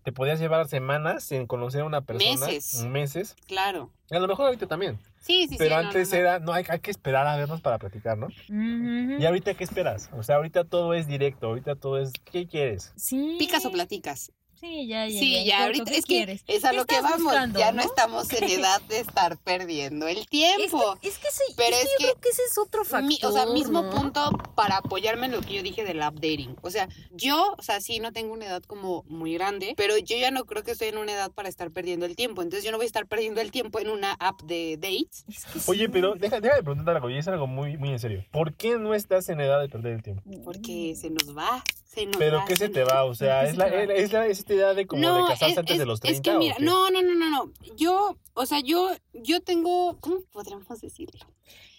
Speaker 4: te podías llevar semanas en conocer a una persona.
Speaker 3: Meses.
Speaker 4: Meses.
Speaker 3: Claro.
Speaker 4: Y A lo mejor ahorita también.
Speaker 3: Sí, sí, sí.
Speaker 4: pero
Speaker 3: no,
Speaker 4: antes
Speaker 3: no, no.
Speaker 4: era, no, hay, hay que esperar a vernos para platicar, ¿no?
Speaker 1: Ujú.
Speaker 4: ¿Y ahorita qué esperas? O sea, ahorita todo es directo, ahorita todo es, ¿qué quieres?
Speaker 1: Sí.
Speaker 3: Picas o platicas.
Speaker 1: Sí, ya, ya.
Speaker 3: Sí,
Speaker 1: en corto,
Speaker 3: ya ahorita
Speaker 1: ¿qué
Speaker 3: es
Speaker 1: quieres?
Speaker 3: que es a
Speaker 1: ¿Qué
Speaker 3: lo que
Speaker 1: estás
Speaker 3: vamos.
Speaker 1: buscando,
Speaker 3: ya no? estamos
Speaker 1: <laughs>
Speaker 3: en edad de estar perdiendo el tiempo.
Speaker 1: Es que, es que sí,
Speaker 3: Pero
Speaker 1: es que
Speaker 3: es
Speaker 1: yo
Speaker 3: que
Speaker 1: creo que ese Este es otro factor.
Speaker 3: Mi- o sea, mismo
Speaker 1: ¿no?
Speaker 3: punto para apoyarme en lo que yo dije del updating. O sea, yo, o sea, sí, no tengo una edad como muy grande, pero yo ya no creo que estoy en una edad para estar perdiendo el tiempo. Entonces yo no voy a estar perdiendo el tiempo en una app de dates.
Speaker 1: Es que sí.
Speaker 4: Oye, pero deja, deja de preguntar algo, y es algo muy, muy en serio. ¿Por qué no estás en edad de perder el tiempo?
Speaker 3: Porque se nos va, se nos
Speaker 4: ¿Pero
Speaker 3: va,
Speaker 4: qué se te va? O sea,
Speaker 1: ¿Qué se
Speaker 4: ¿es,
Speaker 1: te
Speaker 4: la,
Speaker 1: va?
Speaker 4: es, la- es, la, es esta edad de como de casarse antes de los 30?
Speaker 3: Es que
Speaker 4: o
Speaker 3: mira,
Speaker 4: qué?
Speaker 3: no, no, no, no, no. Yo, o sea, yo, yo tengo, ¿cómo podríamos decirlo?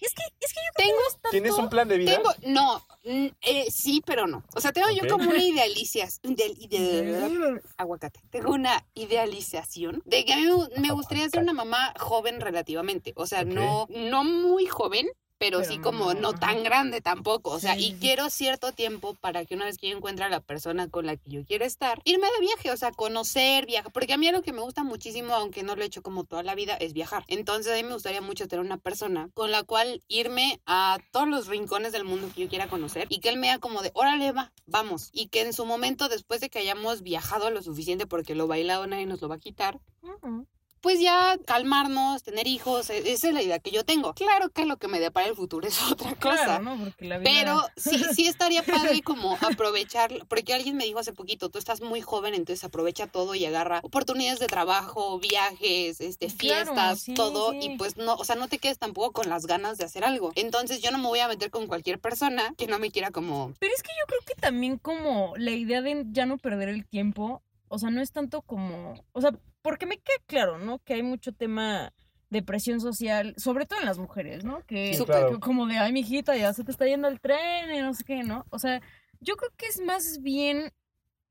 Speaker 1: Es que, es que yo creo
Speaker 3: Tengo-
Speaker 1: que no es tanto-
Speaker 4: ¿Tienes un plan de vida?
Speaker 3: Tengo, no, mm, eh, sí, pero no. O sea, tengo
Speaker 4: Ok.
Speaker 3: yo como una idealicias, ideal- ideal- aguacate. Tengo una idealización de que a mí me- me gustaría ser una mamá joven relativamente. O sea,
Speaker 4: Ok.
Speaker 3: no, no muy joven. Pero,
Speaker 1: Pero
Speaker 3: sí
Speaker 1: no,
Speaker 3: como no
Speaker 1: ajá.
Speaker 3: tan grande tampoco. O sea,
Speaker 1: Sí, sí,
Speaker 3: y
Speaker 1: sí.
Speaker 3: quiero cierto tiempo para que una vez que yo encuentre a la persona con la que yo quiero estar, irme de viaje, o sea, conocer, viajar. Porque a mí lo que me gusta muchísimo, aunque no lo he hecho como toda la vida, es viajar. Entonces a mí me gustaría mucho tener una persona con la cual irme a todos los rincones del mundo que yo quiera conocer y que él me diga como de, órale, va, vamos. Y que en su momento, después de que hayamos viajado lo suficiente porque lo bailado nadie nos lo va a quitar,
Speaker 1: Ujú.
Speaker 3: pues ya calmarnos, tener hijos, e- esa es la idea que yo tengo. Claro que lo que me depara el futuro es <laughs> otra cosa.
Speaker 1: Claro, ¿no? Porque la vida...
Speaker 3: Pero sí, sí estaría padre
Speaker 1: <laughs>
Speaker 3: como aprovechar, porque alguien me dijo hace poquito, tú estás muy joven, entonces aprovecha todo y agarra oportunidades de trabajo, viajes, este,
Speaker 1: Claro,
Speaker 3: fiestas,
Speaker 1: sí,
Speaker 3: todo,
Speaker 1: sí.
Speaker 3: y pues no, o sea, no te quedes tampoco con las ganas de hacer algo. Entonces yo no me voy a meter con cualquier persona que no me quiera como...
Speaker 1: Pero es que yo creo que también como la idea de ya no perder el tiempo, o sea, no es tanto como, o sea, porque me queda claro, ¿no? Que hay mucho tema de presión social, sobre todo en las mujeres, ¿no? Que,
Speaker 4: Sí,
Speaker 3: Súper.
Speaker 4: claro.
Speaker 1: como de, ay, mijita, ya se te está yendo el tren y no sé qué, ¿no? O sea, yo creo que es más bien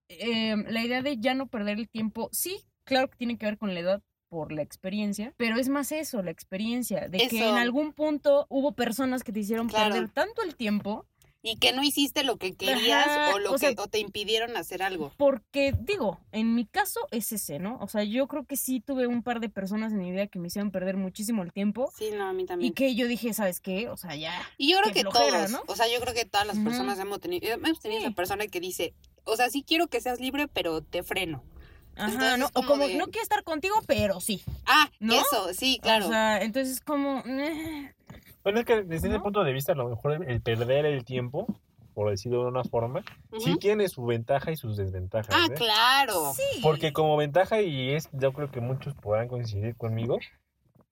Speaker 1: eh, la idea de ya no perder el tiempo. Sí, claro que tiene que ver con la edad por la experiencia, pero es más eso, la experiencia, de que
Speaker 3: Eso.
Speaker 1: en algún punto hubo personas que te hicieron
Speaker 3: Claro.
Speaker 1: perder tanto el tiempo
Speaker 3: Y que no hiciste lo que querías
Speaker 1: Ajá,
Speaker 3: o, lo
Speaker 1: o
Speaker 3: que,
Speaker 1: sea-
Speaker 3: o te impidieron hacer algo.
Speaker 1: Porque, digo, en mi caso es ese, ¿no? O sea, yo creo que sí tuve un par de personas en mi vida que me hicieron perder muchísimo el tiempo
Speaker 3: Sí, no, a mí también.
Speaker 1: y que yo dije, ¿sabes qué? O sea, ya.
Speaker 3: Y yo creo
Speaker 1: Qué
Speaker 3: que
Speaker 1: flojera,
Speaker 3: todos,
Speaker 1: ¿no?
Speaker 3: o sea, yo creo que todas las
Speaker 1: Ujú.
Speaker 3: personas hemos tenido, hemos tenido
Speaker 1: Sí.
Speaker 3: esa persona que dice, o sea, sí quiero que seas libre, pero te freno.
Speaker 1: Ajá,
Speaker 3: Entonces,
Speaker 1: ¿no? O
Speaker 3: como
Speaker 1: como,
Speaker 3: de-
Speaker 1: no quiero estar contigo, pero sí.
Speaker 3: Ah,
Speaker 1: ¿No?
Speaker 3: eso, sí, claro.
Speaker 1: O sea, entonces es como... eh,
Speaker 4: Bueno, es que desde ese
Speaker 1: Ujú.
Speaker 4: punto de vista, a lo mejor el, el perder el tiempo, por decirlo de una forma,
Speaker 3: Ujú.
Speaker 4: sí tiene su ventaja y sus desventajas.
Speaker 3: ah,
Speaker 4: ¿eh?
Speaker 3: claro.
Speaker 1: sí.
Speaker 4: Porque como ventaja, y es, yo creo que muchos podrán coincidir conmigo,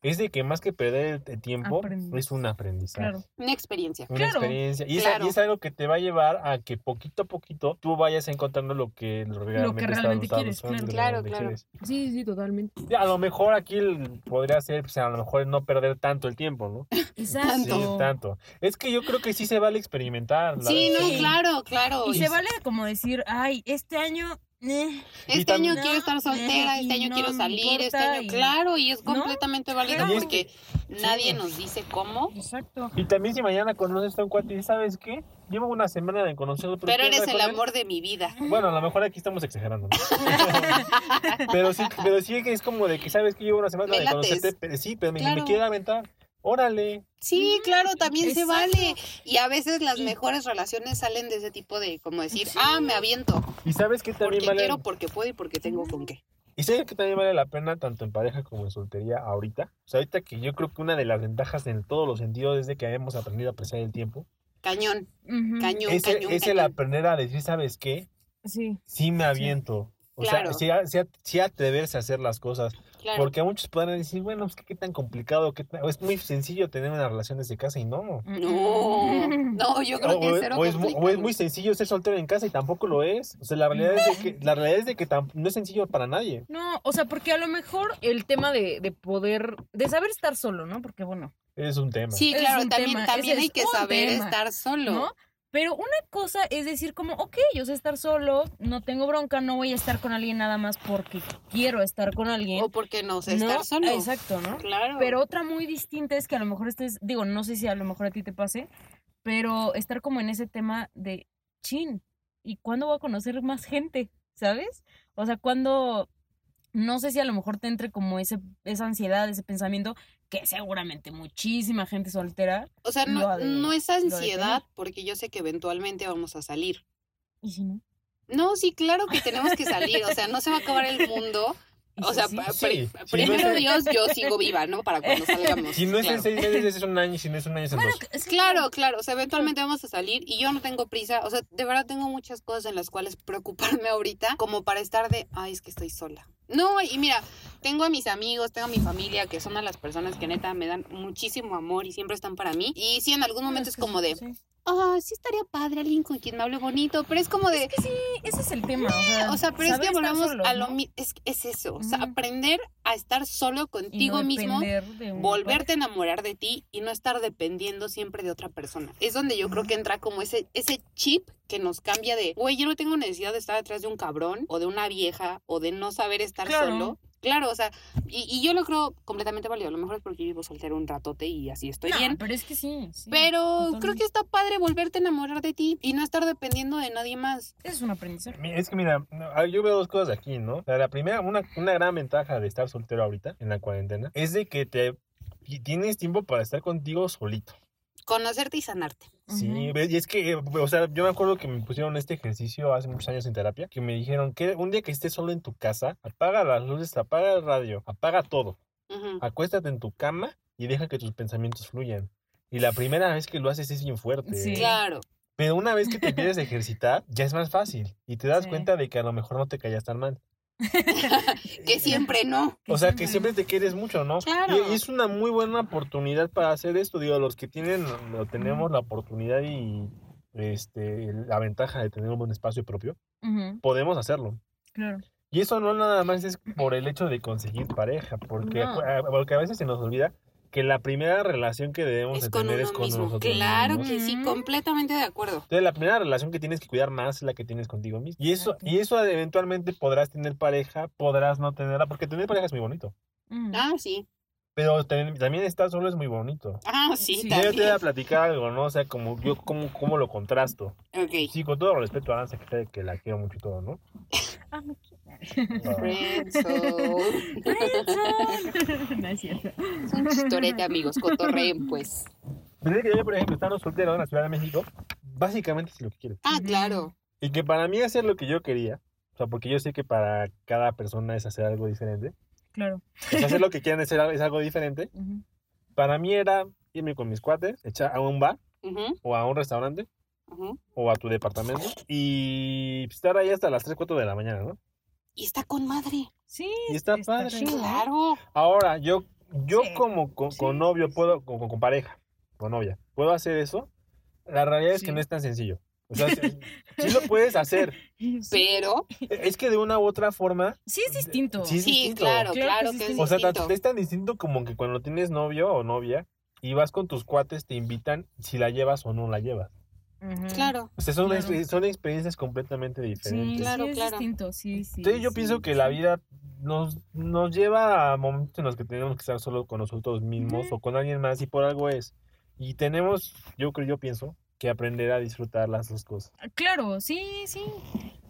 Speaker 4: es de que más que perder el tiempo,
Speaker 1: Aprendizaje.
Speaker 4: es un aprendizaje.
Speaker 1: Claro.
Speaker 3: Una experiencia.
Speaker 4: Una
Speaker 1: Claro.
Speaker 4: experiencia. Y, es-
Speaker 3: Claro.
Speaker 4: y es algo que te va a llevar a que poquito a poquito tú vayas encontrando lo que realmente, está-
Speaker 1: realmente
Speaker 4: está-
Speaker 1: quieres,
Speaker 4: está-
Speaker 1: claro.
Speaker 4: lo que
Speaker 3: Claro,
Speaker 4: realmente
Speaker 3: claro.
Speaker 4: quieres.
Speaker 1: Sí, sí, totalmente.
Speaker 4: Y A lo mejor aquí el- podría ser, pues, a lo mejor no perder tanto el tiempo, ¿no? Sí,
Speaker 1: Exacto.
Speaker 4: tanto. Es que yo creo que sí se vale experimentar. la
Speaker 3: Sí,
Speaker 4: verdad.
Speaker 3: no,
Speaker 1: Sí.
Speaker 3: claro, claro.
Speaker 1: Y se vale como decir, ay, este año... eh,
Speaker 4: Y
Speaker 3: Este
Speaker 4: tam-
Speaker 3: año
Speaker 1: No,
Speaker 3: quiero estar soltera,
Speaker 1: eh,
Speaker 3: este
Speaker 1: y
Speaker 3: año
Speaker 1: no
Speaker 3: quiero
Speaker 1: me
Speaker 3: salir, este
Speaker 1: importa,
Speaker 3: año,
Speaker 1: y-
Speaker 3: claro, y es
Speaker 1: ¿No?
Speaker 3: completamente válido
Speaker 1: Claro.
Speaker 3: porque nadie nos dice cómo.
Speaker 1: Exacto.
Speaker 4: Y también si mañana conoces a un cuate y dices, sabes qué, llevo una semana de conocerlo,
Speaker 3: Pero
Speaker 4: ¿qué
Speaker 3: eres
Speaker 4: onda
Speaker 3: el
Speaker 4: con él?"
Speaker 3: amor de mi vida.
Speaker 4: Bueno, a lo mejor aquí estamos exagerando, ¿no? <laughs> pero sí, pero sí que es como de que sabes que llevo una semana
Speaker 3: Me
Speaker 4: de
Speaker 3: lates.
Speaker 4: conocerte, pero sí, pero me- me,
Speaker 3: Claro.
Speaker 4: quiero aventar. Órale.
Speaker 3: Sí, claro, también se
Speaker 1: Exacto.
Speaker 3: vale. Y a veces las
Speaker 1: Y-
Speaker 3: mejores relaciones salen de ese tipo de, como decir, ah, me aviento,
Speaker 4: Y sabes que también
Speaker 3: porque
Speaker 4: vale.
Speaker 3: quiero, porque puedo y porque tengo con qué.
Speaker 4: Y sabes que también vale la pena tanto en pareja como en soltería ahorita. O sea, ahorita que yo creo que una de las ventajas en todos los sentidos es de que hemos aprendido a apreciar el tiempo.
Speaker 3: Cañón,
Speaker 1: Ujú.
Speaker 3: cañón,
Speaker 4: Es, el-
Speaker 3: cañón.
Speaker 4: es el
Speaker 3: cañón.
Speaker 4: aprender a decir, ¿sabes qué?
Speaker 1: Sí.
Speaker 4: Sí me aviento. O
Speaker 3: Claro.
Speaker 4: sea, sí, a- sí a- sí atreverse a hacer las cosas.
Speaker 3: Claro.
Speaker 4: Porque a muchos podrán decir, bueno, pues, ¿qué, qué tan complicado, qué tan- es muy sencillo tener una relación desde casa y no.
Speaker 1: <laughs>
Speaker 3: No, no, yo creo
Speaker 4: O,
Speaker 3: que
Speaker 4: o-
Speaker 3: es cero
Speaker 4: o es, mu- o es
Speaker 3: complicado.
Speaker 4: muy sencillo ser soltero en casa y tampoco lo es. O sea, la realidad es de que, la realidad es de que tam- no es sencillo para nadie.
Speaker 1: No, o sea, porque a lo mejor el tema de, de poder, de saber estar solo, ¿no? Porque bueno,
Speaker 4: Es un tema.
Speaker 3: Sí,
Speaker 1: Es
Speaker 3: claro,
Speaker 1: un
Speaker 3: también,
Speaker 1: tema,
Speaker 3: también
Speaker 1: ese
Speaker 3: hay
Speaker 1: es
Speaker 3: que
Speaker 1: un
Speaker 3: saber
Speaker 1: tema,
Speaker 3: estar solo.
Speaker 1: ¿no? Pero una cosa es decir como, ok, yo sé estar solo, no tengo bronca, no voy a estar con alguien nada más porque quiero estar con alguien.
Speaker 3: O porque no sé
Speaker 1: No,
Speaker 3: estar solo.
Speaker 1: Exacto, ¿no?
Speaker 3: Claro.
Speaker 1: Pero otra muy distinta es que a lo mejor estés, digo, no sé si a lo mejor a ti te pase, pero estar como en ese tema de chin, ¿y cuándo voy a conocer más gente? ¿Sabes? O sea, cuando no sé si a lo mejor te entre como ese, esa ansiedad, ese pensamiento, que seguramente muchísima gente soltera.
Speaker 3: o sea,
Speaker 1: lo
Speaker 3: no,
Speaker 1: ha de-
Speaker 3: no es
Speaker 1: de
Speaker 3: ansiedad
Speaker 1: tener.
Speaker 3: porque yo sé que eventualmente vamos a salir.
Speaker 1: Y si no.
Speaker 3: No, sí, claro que tenemos que salir. O sea, no se va a acabar el
Speaker 1: <laughs>
Speaker 3: mundo.
Speaker 1: ¿Y
Speaker 3: O
Speaker 1: si
Speaker 3: sea,
Speaker 1: sí?
Speaker 3: pa-
Speaker 4: Sí,
Speaker 3: pri-
Speaker 4: sí, no
Speaker 3: primero
Speaker 4: sé.
Speaker 3: Dios, yo sigo viva, ¿no? Para
Speaker 1: <laughs>
Speaker 3: cuando salgamos.
Speaker 4: Si no es
Speaker 3: claro.
Speaker 4: en seis meses, es en un año. y Si no es un año, es en dos.
Speaker 1: es que-
Speaker 3: Claro, claro, o sea, eventualmente vamos a salir y yo no tengo prisa, o sea, de verdad tengo muchas cosas en las cuales preocuparme ahorita, como para estar de, ay, es que estoy sola. No, y mira, tengo a mis amigos, tengo a mi familia, que son a las personas que neta me dan muchísimo amor y siempre están para mí. Y sí, en algún momento es
Speaker 1: que
Speaker 3: como
Speaker 1: sí,
Speaker 3: de,
Speaker 1: Pues, sí.
Speaker 3: ah, sí estaría padre alguien con quien me hable bonito, pero es como de,
Speaker 1: Ese es el tema. O sea,
Speaker 3: o sea, pero es
Speaker 1: ah, saber
Speaker 3: que
Speaker 1: estar
Speaker 3: volvemos
Speaker 1: solo,
Speaker 3: a lo
Speaker 1: ¿no?
Speaker 3: mismo, es, es eso, o sea,
Speaker 1: Ujú.
Speaker 3: aprender a estar solo
Speaker 1: Y no
Speaker 3: contigo mismo
Speaker 1: depender de una
Speaker 3: volverte a enamorar de ti y no estar dependiendo siempre de otra persona. Es donde yo creo que entra como ese, ese chip que nos cambia de, güey, yo no tengo necesidad de estar detrás de un cabrón o de una vieja o de no saber estar
Speaker 1: Claro.
Speaker 3: solo. Claro, o sea, y, y yo lo creo completamente válido. A lo mejor es porque yo vivo soltero un ratote y así estoy
Speaker 1: pareja. No,
Speaker 3: bien.
Speaker 1: pero es que sí. sí.
Speaker 3: Pero creo
Speaker 1: totalmente.
Speaker 3: que está padre volverte a enamorar de ti y no estar dependiendo de nadie más.
Speaker 1: Es un aprendizaje.
Speaker 4: Mi- Es que mira, no, ah, yo veo dos cosas aquí, ¿no? O sea, la primera, una, una gran ventaja de estar soltero ahorita, en la cuarentena, es de que te y tienes tiempo para estar contigo solito.
Speaker 3: Conocerte y sanarte.
Speaker 4: Sí,
Speaker 1: Ujú.
Speaker 4: ve- y es que, eh, o sea, yo me acuerdo que me pusieron este ejercicio hace muchos años en terapia, que me dijeron que un día que estés solo en tu casa, apaga las luces, apaga el radio, apaga todo,
Speaker 3: Ujú.
Speaker 4: acuéstate en tu cama y deja que tus pensamientos fluyan. Y la primera vez que lo haces es bien fuerte.
Speaker 1: Sí.
Speaker 4: ¿eh?
Speaker 3: Claro,
Speaker 4: Pero una vez que te empiezas a ejercitar, ya es más fácil y te das
Speaker 1: Sí.
Speaker 4: cuenta de que a lo mejor no te callas tan mal.
Speaker 3: <laughs> que siempre no.
Speaker 4: O sea, que siempre te quieres mucho, ¿no?
Speaker 3: Claro.
Speaker 4: Y, y es una muy buena oportunidad para hacer esto. Digo, los que tienen, lo tenemos la oportunidad y este, la ventaja de tener un buen espacio propio,
Speaker 1: Ujú,
Speaker 4: podemos hacerlo.
Speaker 1: Claro.
Speaker 4: Y eso no nada más es por el hecho de conseguir pareja, porque,
Speaker 1: No.
Speaker 4: a- porque a veces se nos olvida que la primera relación que debemos
Speaker 3: Es
Speaker 4: de
Speaker 3: con
Speaker 4: tener
Speaker 3: uno
Speaker 4: es con
Speaker 3: mismo.
Speaker 4: nosotros
Speaker 3: Claro
Speaker 4: mismos.
Speaker 3: que sí,
Speaker 1: Ujú.
Speaker 3: completamente de acuerdo.
Speaker 4: Entonces, la primera relación que tienes que cuidar más es la que tienes contigo mismo. Y eso,
Speaker 1: Exacto.
Speaker 4: y eso eventualmente podrás tener pareja, podrás no tenerla, porque tener pareja es muy bonito.
Speaker 1: Ujú.
Speaker 3: Ah, sí.
Speaker 4: Pero ten- también estar solo es muy bonito.
Speaker 3: Ah, sí,
Speaker 1: Sí.
Speaker 4: Yo te voy
Speaker 3: también.
Speaker 4: a platicar algo, ¿no? O sea, como yo, como, como lo contrasto.
Speaker 3: Ok.
Speaker 4: Sí, con todo respeto a Aranza, que, sabe que la quiero mucho y
Speaker 3: <laughs>
Speaker 4: todo, ¿no?
Speaker 1: Ah, me
Speaker 4: Ah,
Speaker 3: Friendzone. <laughs>
Speaker 1: quitan. No es cierto.
Speaker 3: Es un chistorete, amigos. Cotorreen, pues.
Speaker 4: Desde que yo, por ejemplo, estando soltero en la Ciudad de México, básicamente es lo que quiero.
Speaker 3: Ah,
Speaker 1: Ujú.
Speaker 3: claro.
Speaker 4: Y que para mí hacer lo que yo quería, o sea, porque yo sé que para cada persona es hacer algo diferente,
Speaker 1: <laughs> Claro.
Speaker 4: pues hacer lo que quieran hacer es algo diferente,
Speaker 1: Ujú.
Speaker 4: para mí era irme con mis cuates, echar a un bar
Speaker 3: Ujú,
Speaker 4: o a un restaurante
Speaker 3: ujú.
Speaker 4: o a tu departamento y estar ahí hasta las 3, 4 de la mañana, ¿no?
Speaker 3: Y está con madre.
Speaker 1: Sí.
Speaker 4: Y está padre.
Speaker 1: chido.
Speaker 3: Claro.
Speaker 4: Ahora, yo, yo
Speaker 1: Sí,
Speaker 4: como con,
Speaker 1: sí,
Speaker 4: con novio puedo, con, con- con pareja, con novia, ¿puedo hacer eso? La realidad es que
Speaker 1: Sí.
Speaker 4: no es tan sencillo.
Speaker 1: <laughs>
Speaker 4: O sea, sí, sí lo puedes hacer.
Speaker 1: Sí,
Speaker 3: Pero
Speaker 4: Es que de una u otra forma,
Speaker 1: sí es distinto.
Speaker 4: Sí, es
Speaker 3: sí,
Speaker 4: distinto.
Speaker 3: claro,
Speaker 1: Claro
Speaker 3: claro
Speaker 1: que
Speaker 3: que,
Speaker 1: sí,
Speaker 3: es
Speaker 1: sí.
Speaker 4: o sea,
Speaker 3: distinto.
Speaker 4: tan- es tan distinto como que cuando tienes novio o novia y vas con tus cuates, te invitan si la llevas o no la llevas.
Speaker 1: Ujú.
Speaker 3: Claro.
Speaker 4: O sea, son,
Speaker 1: Claro.
Speaker 4: exper- son experiencias completamente
Speaker 1: Sí,
Speaker 4: diferentes.
Speaker 3: Claro,
Speaker 1: sí es
Speaker 3: claro.
Speaker 1: distinto, sí, sí.
Speaker 4: Entonces yo
Speaker 1: sí,
Speaker 4: pienso que la
Speaker 1: sí.
Speaker 4: vida nos, nos lleva a momentos en los que tenemos que estar solo con nosotros mismos
Speaker 1: Ujú.
Speaker 4: o con alguien más y por algo es. Y tenemos, yo creo, yo pienso, que aprender a disfrutar las dos cosas.
Speaker 1: Claro, sí, sí.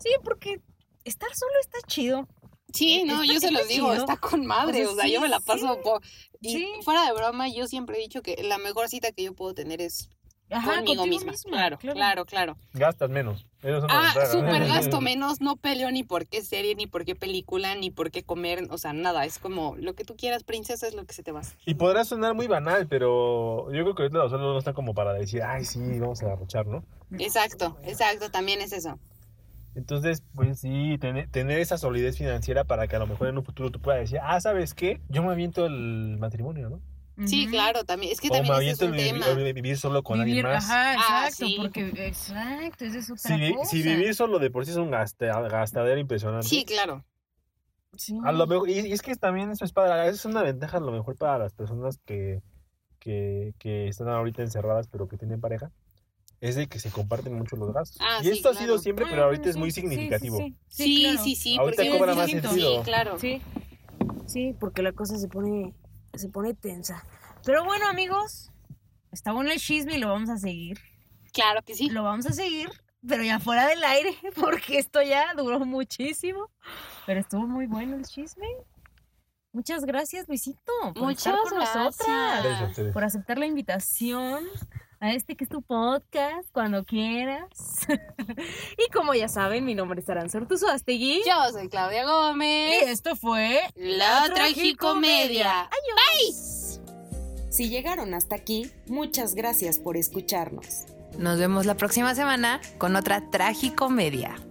Speaker 1: Sí, porque estar solo está chido.
Speaker 3: Sí, no,
Speaker 1: Eh, Está-
Speaker 3: yo se
Speaker 1: está
Speaker 3: los digo,
Speaker 1: chido.
Speaker 3: está con madre,
Speaker 1: O sea,
Speaker 3: o sea,
Speaker 1: sí,
Speaker 3: yo me la paso
Speaker 1: sí.
Speaker 3: por... Y
Speaker 1: Sí.
Speaker 3: fuera de broma, yo siempre he dicho que la mejor cita que yo puedo tener es
Speaker 1: Ajá,
Speaker 3: conmigo
Speaker 1: contigo
Speaker 3: misma. Claro, claro, claro.
Speaker 4: Gastas menos. Eso es una
Speaker 3: Ah,
Speaker 4: ventaja. <laughs>
Speaker 3: súper gasto menos, no peleo ni por qué serie, ni por qué película, ni por qué comer, o sea, nada, es como lo que tú quieras, princesa, es lo que se te va. a hacer.
Speaker 4: Y podrá sonar muy banal, pero yo creo que ahorita los sueldos no están como para decir, ay, sí, vamos a derrochar, ¿no?
Speaker 3: Exacto, exacto, también es eso.
Speaker 4: Entonces, pues sí, tener, tener esa solidez financiera para que a lo mejor en un futuro tú puedas decir, ah, ¿sabes qué? Yo me aviento el matrimonio, ¿no?
Speaker 3: Sí,
Speaker 1: Ujú.
Speaker 3: claro, también, es que
Speaker 4: o me
Speaker 3: también ese es
Speaker 4: aviento el
Speaker 3: un
Speaker 4: vivi-
Speaker 3: tema.
Speaker 4: el vivir solo con
Speaker 1: vivir,
Speaker 4: alguien más.
Speaker 1: Ajá,
Speaker 3: Ah,
Speaker 1: exacto,
Speaker 3: sí.
Speaker 1: porque exacto, esa es otra
Speaker 4: Si, vi-
Speaker 1: cosa.
Speaker 4: si vivir solo de por sí es un gasta- gastadero impresionante.
Speaker 3: Sí, claro.
Speaker 1: Sí.
Speaker 4: A lo mejor, y, y es que también eso es para, es una ventaja a lo mejor para las personas que, que, que están ahorita encerradas pero que tienen pareja, es de que se comparten mucho los gastos.
Speaker 3: Ah,
Speaker 4: y
Speaker 3: sí,
Speaker 4: esto ha
Speaker 3: claro.
Speaker 4: sido siempre,
Speaker 1: Ah,
Speaker 4: pero ahorita
Speaker 1: bueno,
Speaker 4: es
Speaker 1: sí,
Speaker 4: muy
Speaker 1: sí,
Speaker 4: significativo.
Speaker 1: Sí, sí,
Speaker 3: Sí,
Speaker 1: claro.
Speaker 3: sí, sí.
Speaker 4: Ahorita
Speaker 3: porque
Speaker 1: cobra
Speaker 3: es
Speaker 1: más
Speaker 3: distinto.
Speaker 4: sentido.
Speaker 3: Sí, claro.
Speaker 1: Sí, sí, porque la cosa se pone, se pone tensa. Pero bueno, amigos, está bueno el chisme y lo vamos a seguir.
Speaker 3: Claro que sí.
Speaker 1: Lo vamos a seguir, pero ya fuera del aire, <laughs> porque esto ya duró muchísimo. Pero estuvo muy bueno el chisme. Muchas gracias, Luisito, por
Speaker 3: Muchas
Speaker 1: estar con nosotras,
Speaker 4: Gracias a ustedes.
Speaker 1: por aceptar la invitación a este que es tu podcast, cuando quieras. <laughs> y como ya saben, mi nombre es Aranza Ortuzastegui.
Speaker 3: Yo soy Claudia
Speaker 1: Y
Speaker 3: Gómez.
Speaker 1: esto fue
Speaker 3: La
Speaker 1: tragicomedia.
Speaker 3: tragicomedia.
Speaker 5: Si llegaron hasta aquí, muchas gracias por escucharnos.
Speaker 2: Nos vemos la próxima semana con otra tragicomedia.